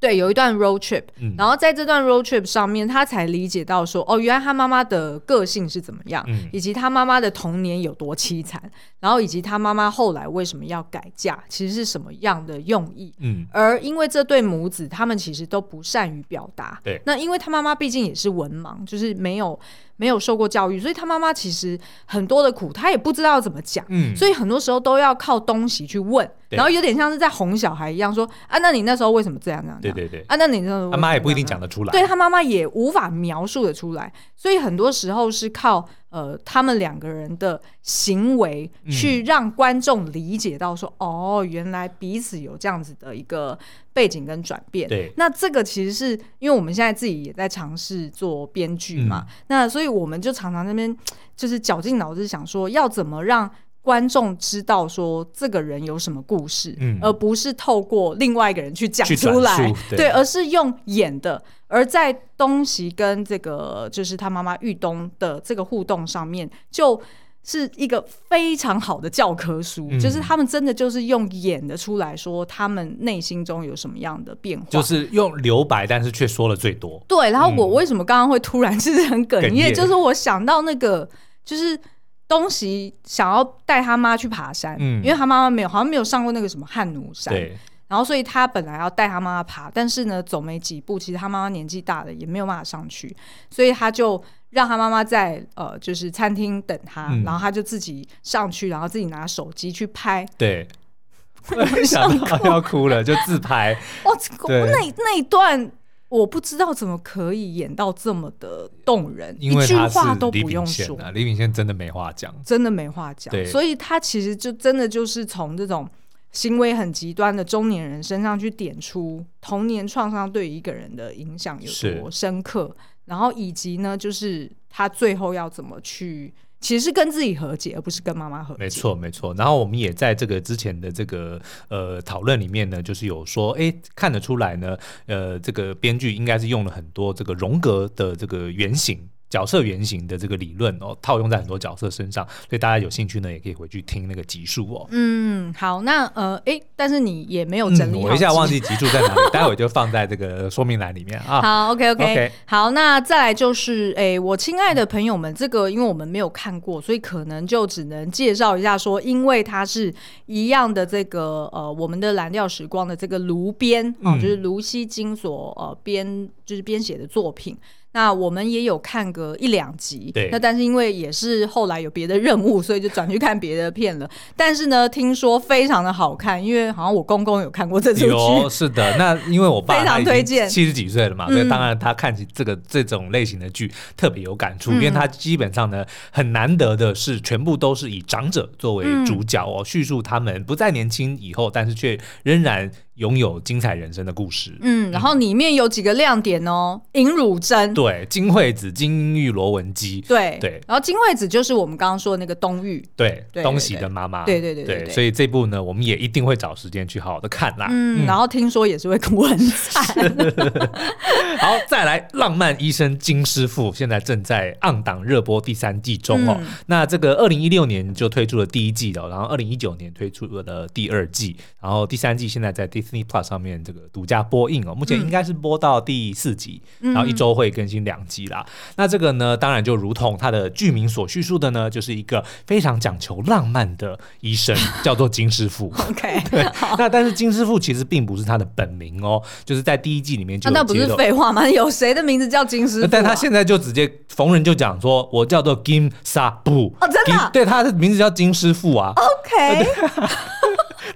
B: 对，有一段 road trip，
A: 嗯
B: 然后在这段 road trip 上面，他才理解到说，哦，原来他妈妈的个性是怎么样，
A: 嗯
B: 以及他妈妈的童年有多凄惨，然后以及他妈妈后来为什么要改嫁，其实是什么样的用意。
A: 嗯，
B: 而因为这对母子，他们其实都不善于表达。
A: 对
B: 那因为他妈妈毕竟也是文盲，就是没有没有受过教育，所以他妈妈其实很多的苦，他也不知道怎么讲。
A: 嗯
B: 所以很多时候都要靠东西去问，
A: 对
B: 然后有点像是在哄小孩一样说啊，那你那时候为什么这样这样？这
A: 对
B: 样
A: 对对，
B: 啊，那你那时候
A: 他
B: 为什么
A: 妈也不一定
B: 这
A: 讲
B: 样
A: 得出来。
B: 对他妈妈也无法描述的出来，所以很多时候是靠呃他们两个人的行为，
A: 嗯
B: 去让观众理解到说，哦，原来彼此有这样子的一个背景跟转变。
A: 对
B: 那这个其实是因为我们现在自己也在尝试做编剧嘛，
A: 嗯
B: 那所以我们就常常那边就是绞尽脑汁想说，要怎么让观众知道说这个人有什么故事，
A: 嗯
B: 而不是透过另外一个人去讲
A: 去转
B: 出来
A: 述，对
B: 而是用演的。而在东西跟这个就是他妈妈玉东的这个互动上面，就是一个非常好的教科书，
A: 嗯
B: 就是他们真的就是用演的出来说他们内心中有什么样的变化，
A: 就是用留白，但是却说了最多。
B: 对，然后我
A: 嗯
B: 为什么刚刚会突然就是很哽
A: 哽
B: 咽？
A: 咽
B: 就是我想到那个，就是东西想要带他妈去爬山，
A: 嗯
B: 因为他妈妈没有，好像没有上过那个什么汉奴山，
A: 对，
B: 然后所以他本来要带他妈妈爬，但是呢，走没几步，其实他妈妈年纪大了，也没有办法上去，所以他就让他妈妈在呃，就是餐厅等他，
A: 嗯
B: 然后他就自己上去，然后自己拿手机去拍， (laughs)
A: 对，想 (laughs) 到要哭了，就自拍。
B: 哇，这个
A: 对
B: 那那一段我不知道怎么可以演到这么的动人，
A: 因为
B: 一句
A: 他是
B: 话都
A: 李
B: 不用
A: 秉
B: 说
A: 宪，啊，李秉宪真的没话讲。
B: 真的没话讲
A: 对。
B: 所以他其实就真的就是从这种行为很极端的中年人身上去点出童年创伤对一个人的影响有多深刻，然后以及呢，就是他最后要怎么去。其实是跟自己和解，而不是跟妈妈和解。
A: 没错，没错。然后我们也在这个之前的这个呃讨论里面呢，就是有说，哎，看得出来呢，呃，这个编剧应该是用了很多这个荣格的这个原型。角色原型的这个理论哦，套用在很多角色身上，所以大家有兴趣呢，也可以回去听那个集数哦。
B: 嗯，好，那呃，诶，但是你也没有哦整理
A: 嗯
B: 好、
A: 我一下忘记集数在哪里，待会就放在这个说明栏里面啊。
B: 好，OK OK，,
A: OK
B: 好，那再来就是，诶，我亲爱的朋友们，这个因为我们没有看过，所以可能就只能介绍一下说，因为它是一样的这个呃，我们的蓝调时光的这个炉边啊，
A: 嗯
B: 就是卢锡金所呃编就是编写的作品。那我们也有看个一两集，
A: 对
B: 那但是因为也是后来有别的任务，所以就转去看别的片了。但是呢，听说非常的好看，因为好像我公公有看过这出剧，
A: 有是的，那因为我爸
B: 非常推荐
A: 七十几岁了嘛，所以
B: 嗯
A: 当然他看起这个这种类型的剧特别有感触，因为
B: 嗯
A: 他基本上呢很难得的是全部都是以长者作为主角
B: 嗯
A: 哦，叙述他们不再年轻以后，但是却仍然拥有精彩人生的故事。
B: 嗯，然后里面有几个亮点哦，尹汝贞，
A: 对，金惠子、金英玉、罗文姬，
B: 对
A: 对
B: 然后金惠子就是我们刚刚说的那个东玉，
A: 对，
B: 对
A: 东
B: 对
A: 喜
B: 对
A: 的妈妈，
B: 对对对对对
A: 所以这部呢，我们也一定会找时间去好好的看啦。
B: 嗯，然后听说也是会哭很惨，
A: (laughs) 好，再来《浪漫医生金师傅》，现在正在昂档热播第三季中哦。
B: 嗯
A: 那这个二零一六年就推出了第一季了，然后二零一九年推出了第二季，然后第三季现在在 Disney Plus 上面这个独家播映哦。目前应该是播到第四集，
B: 嗯
A: 然后一周会更新两集啦。那这个呢，当然就如同它的剧名所叙述的呢，就是一个非常讲求浪漫的医
B: (laughs)
A: 生，叫做金师傅。
B: (laughs)
A: (laughs)
B: ，OK，
A: 那但是金师傅其实并不是他的本名哦，就是在第一季里面就
B: 那
A: 有
B: 哦那不
A: 揭
B: 是
A: 露。
B: 废话吗？有谁的名字叫金师傅啊、
A: 但他现在就直接逢人就讲说，我叫做金沙布
B: 哦真的啊哦
A: 金对，他的名字叫金师傅啊，
B: (laughs) OK，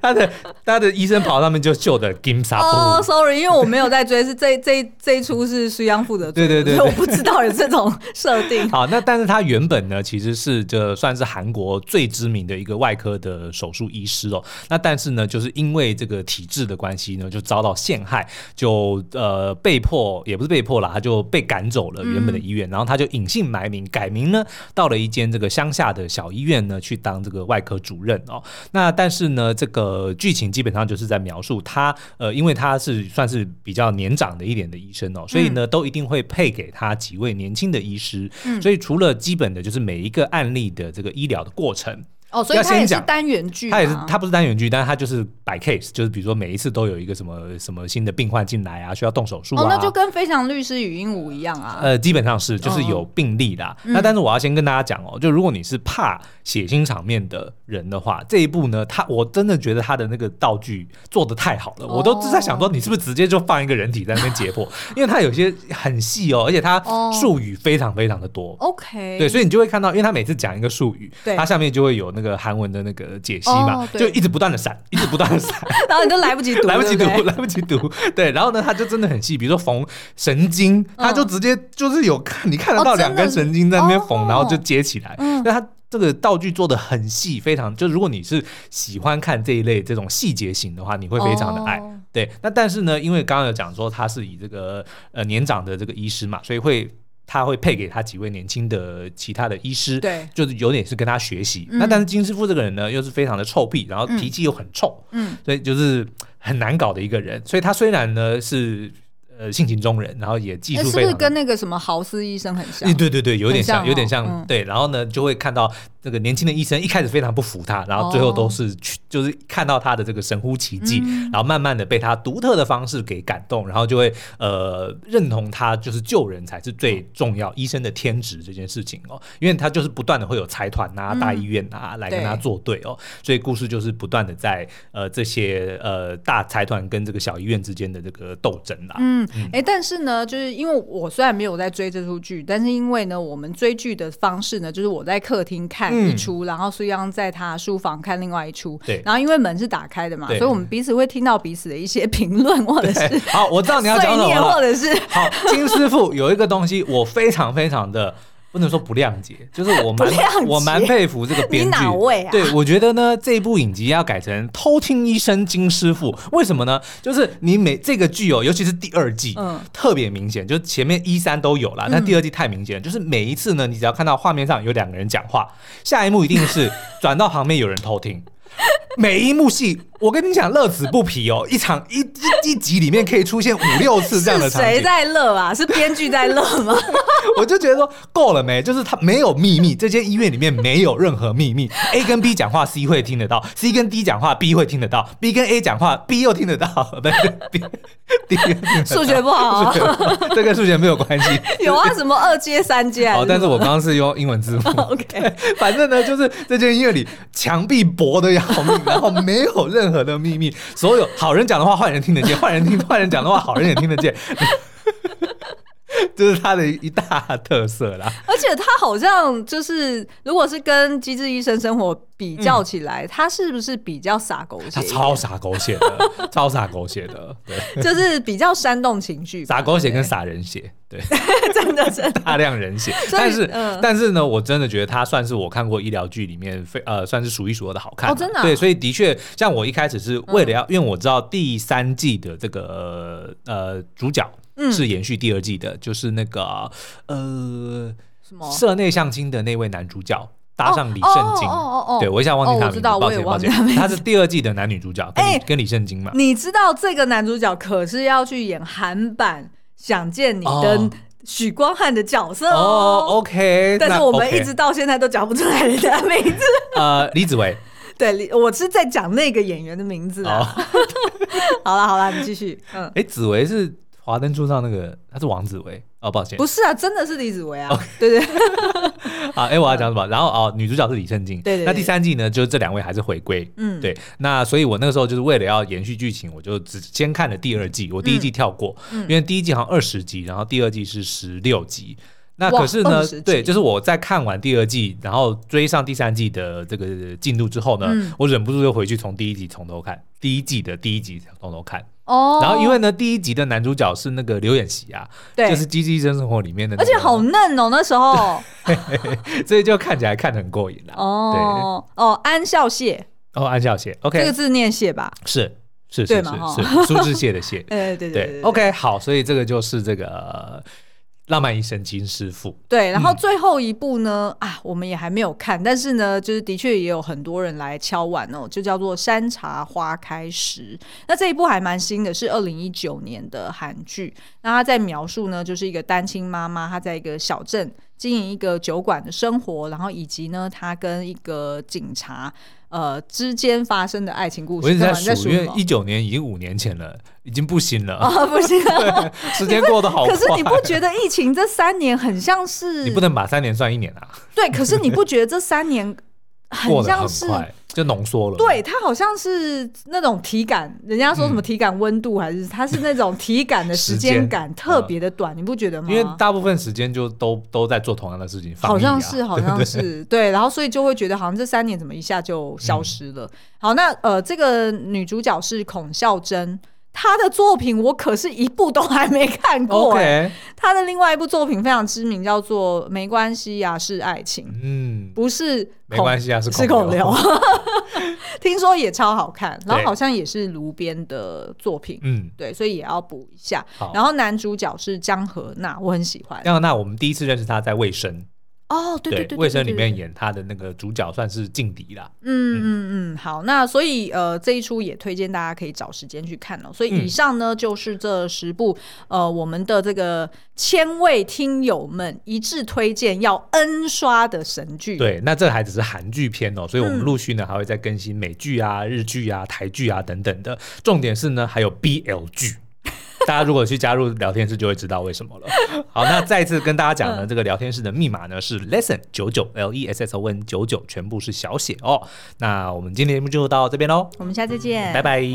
A: 他的他的医生袍上面就绣的金沙
B: 哦、
A: 布。
B: s o r r y 因为我没有在追，是这这这一出是苏央负责追的，
A: 对对对
B: 所以我不知道有这种设
A: (laughs)
B: 定。
A: 好，那但是他原本呢，其实是这算是韩国最知名的一个外科的手术医师哦。那但是呢，就是因为这个体制的关系呢，就遭到陷害，就呃被迫也不是被迫啦，他就被赶走了原本的医院，然后他就隐姓埋名，改名呢到了一间这个乡下的小医院呢去当这个外科主任哦。那但是呢，这个剧情基本上就是在描述他，呃，因为他是算是比较年长的一点的医生哦，所以呢，都一定会配给他几位年轻的医师。所以除了基本的，就是每一个案例的这个医疗的过程，
B: 哦，所以
A: 要
B: 他
A: 先
B: 也是
A: 讲
B: 单元剧啊吗，
A: 它也是它不是单元剧，但是它就是摆 case，就是比如说每一次都有一个什么什么新的病患进来啊，需要动手术啊。
B: 哦，那就跟《非常律师与鹦鹉》一样啊。
A: 呃，基本上是就是有病例啦。
B: 哦
A: 那但是我要先跟大家讲哦，就如果你是怕血腥场面的人的话，这一部呢，他我真的觉得他的那个道具做的太好
B: 哦
A: 了，我都在想说你是不是直接就放一个人体在那边解剖，因为它有些很细哦，而且它
B: 哦
A: 术语非常非常的多。
B: OK，
A: 对，所以你就会看到，因为他每次讲一个术语，
B: 对
A: 它下面就会有那个韩文的那个解析嘛，
B: 哦对
A: 就一直不断的闪，一直不断的闪，
B: 然后你都来不及读，
A: (laughs) 来不及读
B: 对，对
A: 来不及读。对，然后呢，他就真的很细，比如说缝神经，他就直接就是有看，你看得
B: 嗯哦
A: 到
B: 真的
A: 两根神经在那边缝，
B: 哦
A: 然后就接起来。
B: 嗯
A: 那他这个道具做的很细，非常就如果你是喜欢看这一类这种细节型的话，你会非常的爱。
B: 哦
A: 对，那但是呢，因为刚刚有讲说他是以这个呃年长的这个医师嘛，所以会他会配给他几位年轻的其他的医师，
B: 对，
A: 就是有点是跟他学习。
B: 嗯
A: 那但是金师傅这个人呢，又是非常的臭屁，然后
B: 嗯
A: 脾气又很臭，
B: 嗯
A: 所以就是很难搞的一个人。所以他虽然呢是呃性情中人，然后也技
B: 哎
A: 术
B: 是不
A: 非
B: 是
A: 常的
B: 跟那个什么豪斯医生很像
A: 嗯？对对对，有点像，
B: 很像哦
A: 有点像，
B: 嗯
A: 对。然后呢，就会看到那个年轻的医生一开始非常不服他，然后最后都是去，就是看到他的这个神乎其技，
B: 哦嗯
A: 然后慢慢的被他独特的方式给感动，然后就会呃认同他就是救人才是最重要，医生的天职这件事情哦，因为他就是不断的会有财团啊、
B: 嗯
A: 大医院啊来跟他
B: 对
A: 作对哦，
B: 嗯
A: 所以故事就是不断的在呃这些呃大财团跟这个小医院之间的这个斗争啊啦。
B: 嗯，哎、但是呢，就是因为我虽然没有在追这出剧，但是因为呢，我们追剧的方式呢，就是我在客厅看
A: 嗯
B: 一出，然后苏央在他书房看另外一出，
A: 对
B: 然后因为门是打开的嘛，
A: 对
B: 所以我们彼此会听到彼此的一些评论或者
A: (laughs)
B: 是
A: 哎好，我知道你要讲
B: 碎
A: 什么
B: 念，
A: 了
B: 或。者
A: (laughs)
B: 是
A: 好，金师傅有一个东西，我非常非常的不能说不谅解，就是我蛮
B: 不谅解
A: 我蛮佩服这个编
B: 你
A: 剧
B: 哪。位啊？
A: 对，我觉得呢，这部影集要改成偷听医生金师傅，为什么呢？就是你每这个剧哦，尤其是第二季，
B: 嗯
A: 特别明显，就前面一三都有啦，但第二季太明显了，就是每一次呢，你只要看到画面上有两个人讲话，下一幕一定是转到旁边有人偷听。 (laughs) 每一幕戏，我跟你讲，乐此不疲哦！一场一一一集里面可以出现五六次这样的
B: 是
A: 场景，
B: 谁在乐啊？是编剧在乐
A: (laughs)
B: 吗？
A: 我就觉得说够了没，就是他没有秘密，这间医院里面没有任何秘密。A 跟 B 讲话，C 会听得到；C 跟 D 讲话，B 会听得到；B 跟 A 讲话，B 又听得到。 (laughs) 对，B D 又听得到
B: 数学不好啊
A: 数学不好这跟数学没有关系。
B: (laughs) 有啊，什么二阶、三阶还
A: 好，但是
B: 什么
A: 我刚刚是用英文
B: (laughs)
A: 字幕。
B: OK，
A: 反正呢，就是这间医院里墙壁薄的要命， (laughs) 然后没有任何的秘密，所有好人讲的话坏人听得见，坏人听坏人讲的话好人也听得见， (laughs) 这是他的一大特色啦。
B: 而且他好像就是，如果是跟《机智医生生活》比较起来，他是不是比较洒狗血
A: 嗯
B: 啊
A: 他？超傻狗血的，超傻狗血的，对， (laughs)
B: 就是比较煽动情绪吧，
A: 傻狗血跟
B: 对
A: 傻人血，对，
B: (laughs) 真的真的
A: 大量人血。
B: 所以
A: 但是、
B: 嗯
A: 但是呢，我真的觉得它算是我看过医疗剧里面非呃算是数一数二的好看
B: 哦
A: 嘛、
B: 真的啊嗯
A: 对，所以的确，像我一开始是为了要，因为我知道第三季的这个呃主角
B: 嗯
A: 是延续第二季的，就是那个呃
B: 什么
A: 社内相亲的那位男主角。搭上李圣经，
B: 哦哦哦哦哦
A: 对我一下忘记
B: 哦
A: 他的
B: 我知
A: 名字，
B: 道
A: 抱
B: 我也
A: 歉抱
B: 忘记他
A: 歉，
B: 名
A: 他是第二季的男女主角，跟李、
B: 哎
A: 跟李圣经嘛，
B: 你知道这个男主角可是要去演韩版《想见你》
A: 哦
B: 跟许光汉的角色
A: 哦
B: 哦。
A: ，OK，
B: 但是
A: 那
B: 我们
A: OK
B: 一直到现在都讲不出来人家的名字。
A: (laughs) 呃，李子
B: (laughs)
A: 维，
B: 对，李我是在讲那个演员的名字
A: 哦
B: 啊。，好了好了，你继续。嗯，
A: 哎，子维是《华灯初上》那个，他是王子维哦，抱歉
B: 不是啊，真的是李子维啊。对对
A: (laughs) 啊，哎，我要讲什么？然后哦，女主角是李圣经，
B: 对对对
A: 那第三季呢，就是这两位还是回归，
B: 嗯
A: 对。那所以我那个时候就是为了要延续剧情，我就只先看了第二季，我第一季跳过，
B: 嗯
A: 因为第一季好像二十集，然后第二季是十六集。那
B: 哇
A: 可是呢
B: 20集，
A: 对，就是我在看完第二季，然后追上第三季的这个进度之后呢，
B: 嗯
A: 我忍不住又回去从第一集从头看，第一季的第一集从头看。
B: 哦
A: 然后因为呢，第一集的男主角是那个刘演习啊，
B: 对
A: 就是《机智医生生活》里面的、那
B: 而
A: 个
B: 且好嫩哦，那时
A: (laughs)
B: 候
A: 所以就看起来看得很过瘾啦。
B: 哦哦，安孝燮
A: 对，哦，安孝燮
B: 这
A: ，OK，
B: 个字念燮吧？
A: 是是是是
B: 对嘛，
A: 是苏志燮的燮
B: 呃，对对
A: 对，OK，好，所以这个就是这个呃浪漫医生金师傅，
B: 对，然后
A: 嗯
B: 最后一部呢、啊，我们也还没有看，但是呢，就是的确也有很多人来敲碗哦，就叫做《山茶花开时》。那这一部还蛮新的，是二零一九年的韩剧。那他在描述呢，就是一个单亲妈妈，她在一个小镇经营一个酒馆的生活，然后以及呢，她跟一个警察呃之间发生的爱情故
A: 我
B: 事。
A: 一直在
B: 干嘛你在
A: 数，因
B: 什
A: 为
B: 么？ (laughs)
A: 一九年已经五年前了，已经不行了，
B: 啊，不行、啊。
A: 时间过得 (laughs) 好快。啊
B: 可是你不觉得疫情这三年很像是
A: 你不能把三年算一年啊，
B: 对，可是你不觉得这三年
A: (laughs)
B: 很
A: 过得
B: 像
A: 很
B: 是
A: 快。就浓缩了。
B: 对，它好像是那种体感，人家说什么体感温度，还是它是那种体感的
A: 嗯
B: 时
A: 时
B: 间
A: 间嗯
B: 感特别的短，你不觉得吗？
A: 因为大部分时间就都都在做同样的事情，防疫
B: 好
A: 啊
B: 像是，好像是对然后所以就会觉得好像这三年怎么一下就
A: 嗯
B: 消失了。好，那呃，这个女主角是孔孝真。她的作品我可是一部都还没看过、欸。
A: OK，
B: 她的另外一部作品非常知名，叫做《没关系呀、是爱情》，
A: 嗯，
B: 不是
A: 没关
B: 系，
A: 系啊，是
B: 是
A: 孔
B: 孔刘。 (laughs) 听说也超好看，然后
A: 对
B: 好像也是炉边的作品，
A: (laughs) 嗯，
B: 对，所以也要补一下
A: 好。
B: 然后男主角是江河娜，我很喜欢。
A: 那那我们第一次认识他在卫生，
B: 哦，对对对，
A: 卫生
B: 对
A: 里
B: 对对
A: 面演他的那个主角算是劲敌啦，
B: 嗯嗯嗯，好，那所以呃这一出也推荐大家可以找时间去看哦。所以以
A: 嗯
B: 上呢、就是这十部呃我们的这个千位听友们一致推荐要 N 刷的神剧。，
A: 对，那这还只是韩剧片哦，所以我们
B: 嗯
A: 陆续呢还会再更新美剧啊、日剧啊、台剧啊等等的。重点是呢，还有 BL 剧。 (laughs) 大家如果去加入聊天室，就会知道为什么了。好，那再次跟大家讲呢，这个聊天室的密码呢是 lesson 九九 L E S S O N 九九，全部是小写哦。那我们今天节目就到这边喽，
B: 我们下次见，
A: 拜拜。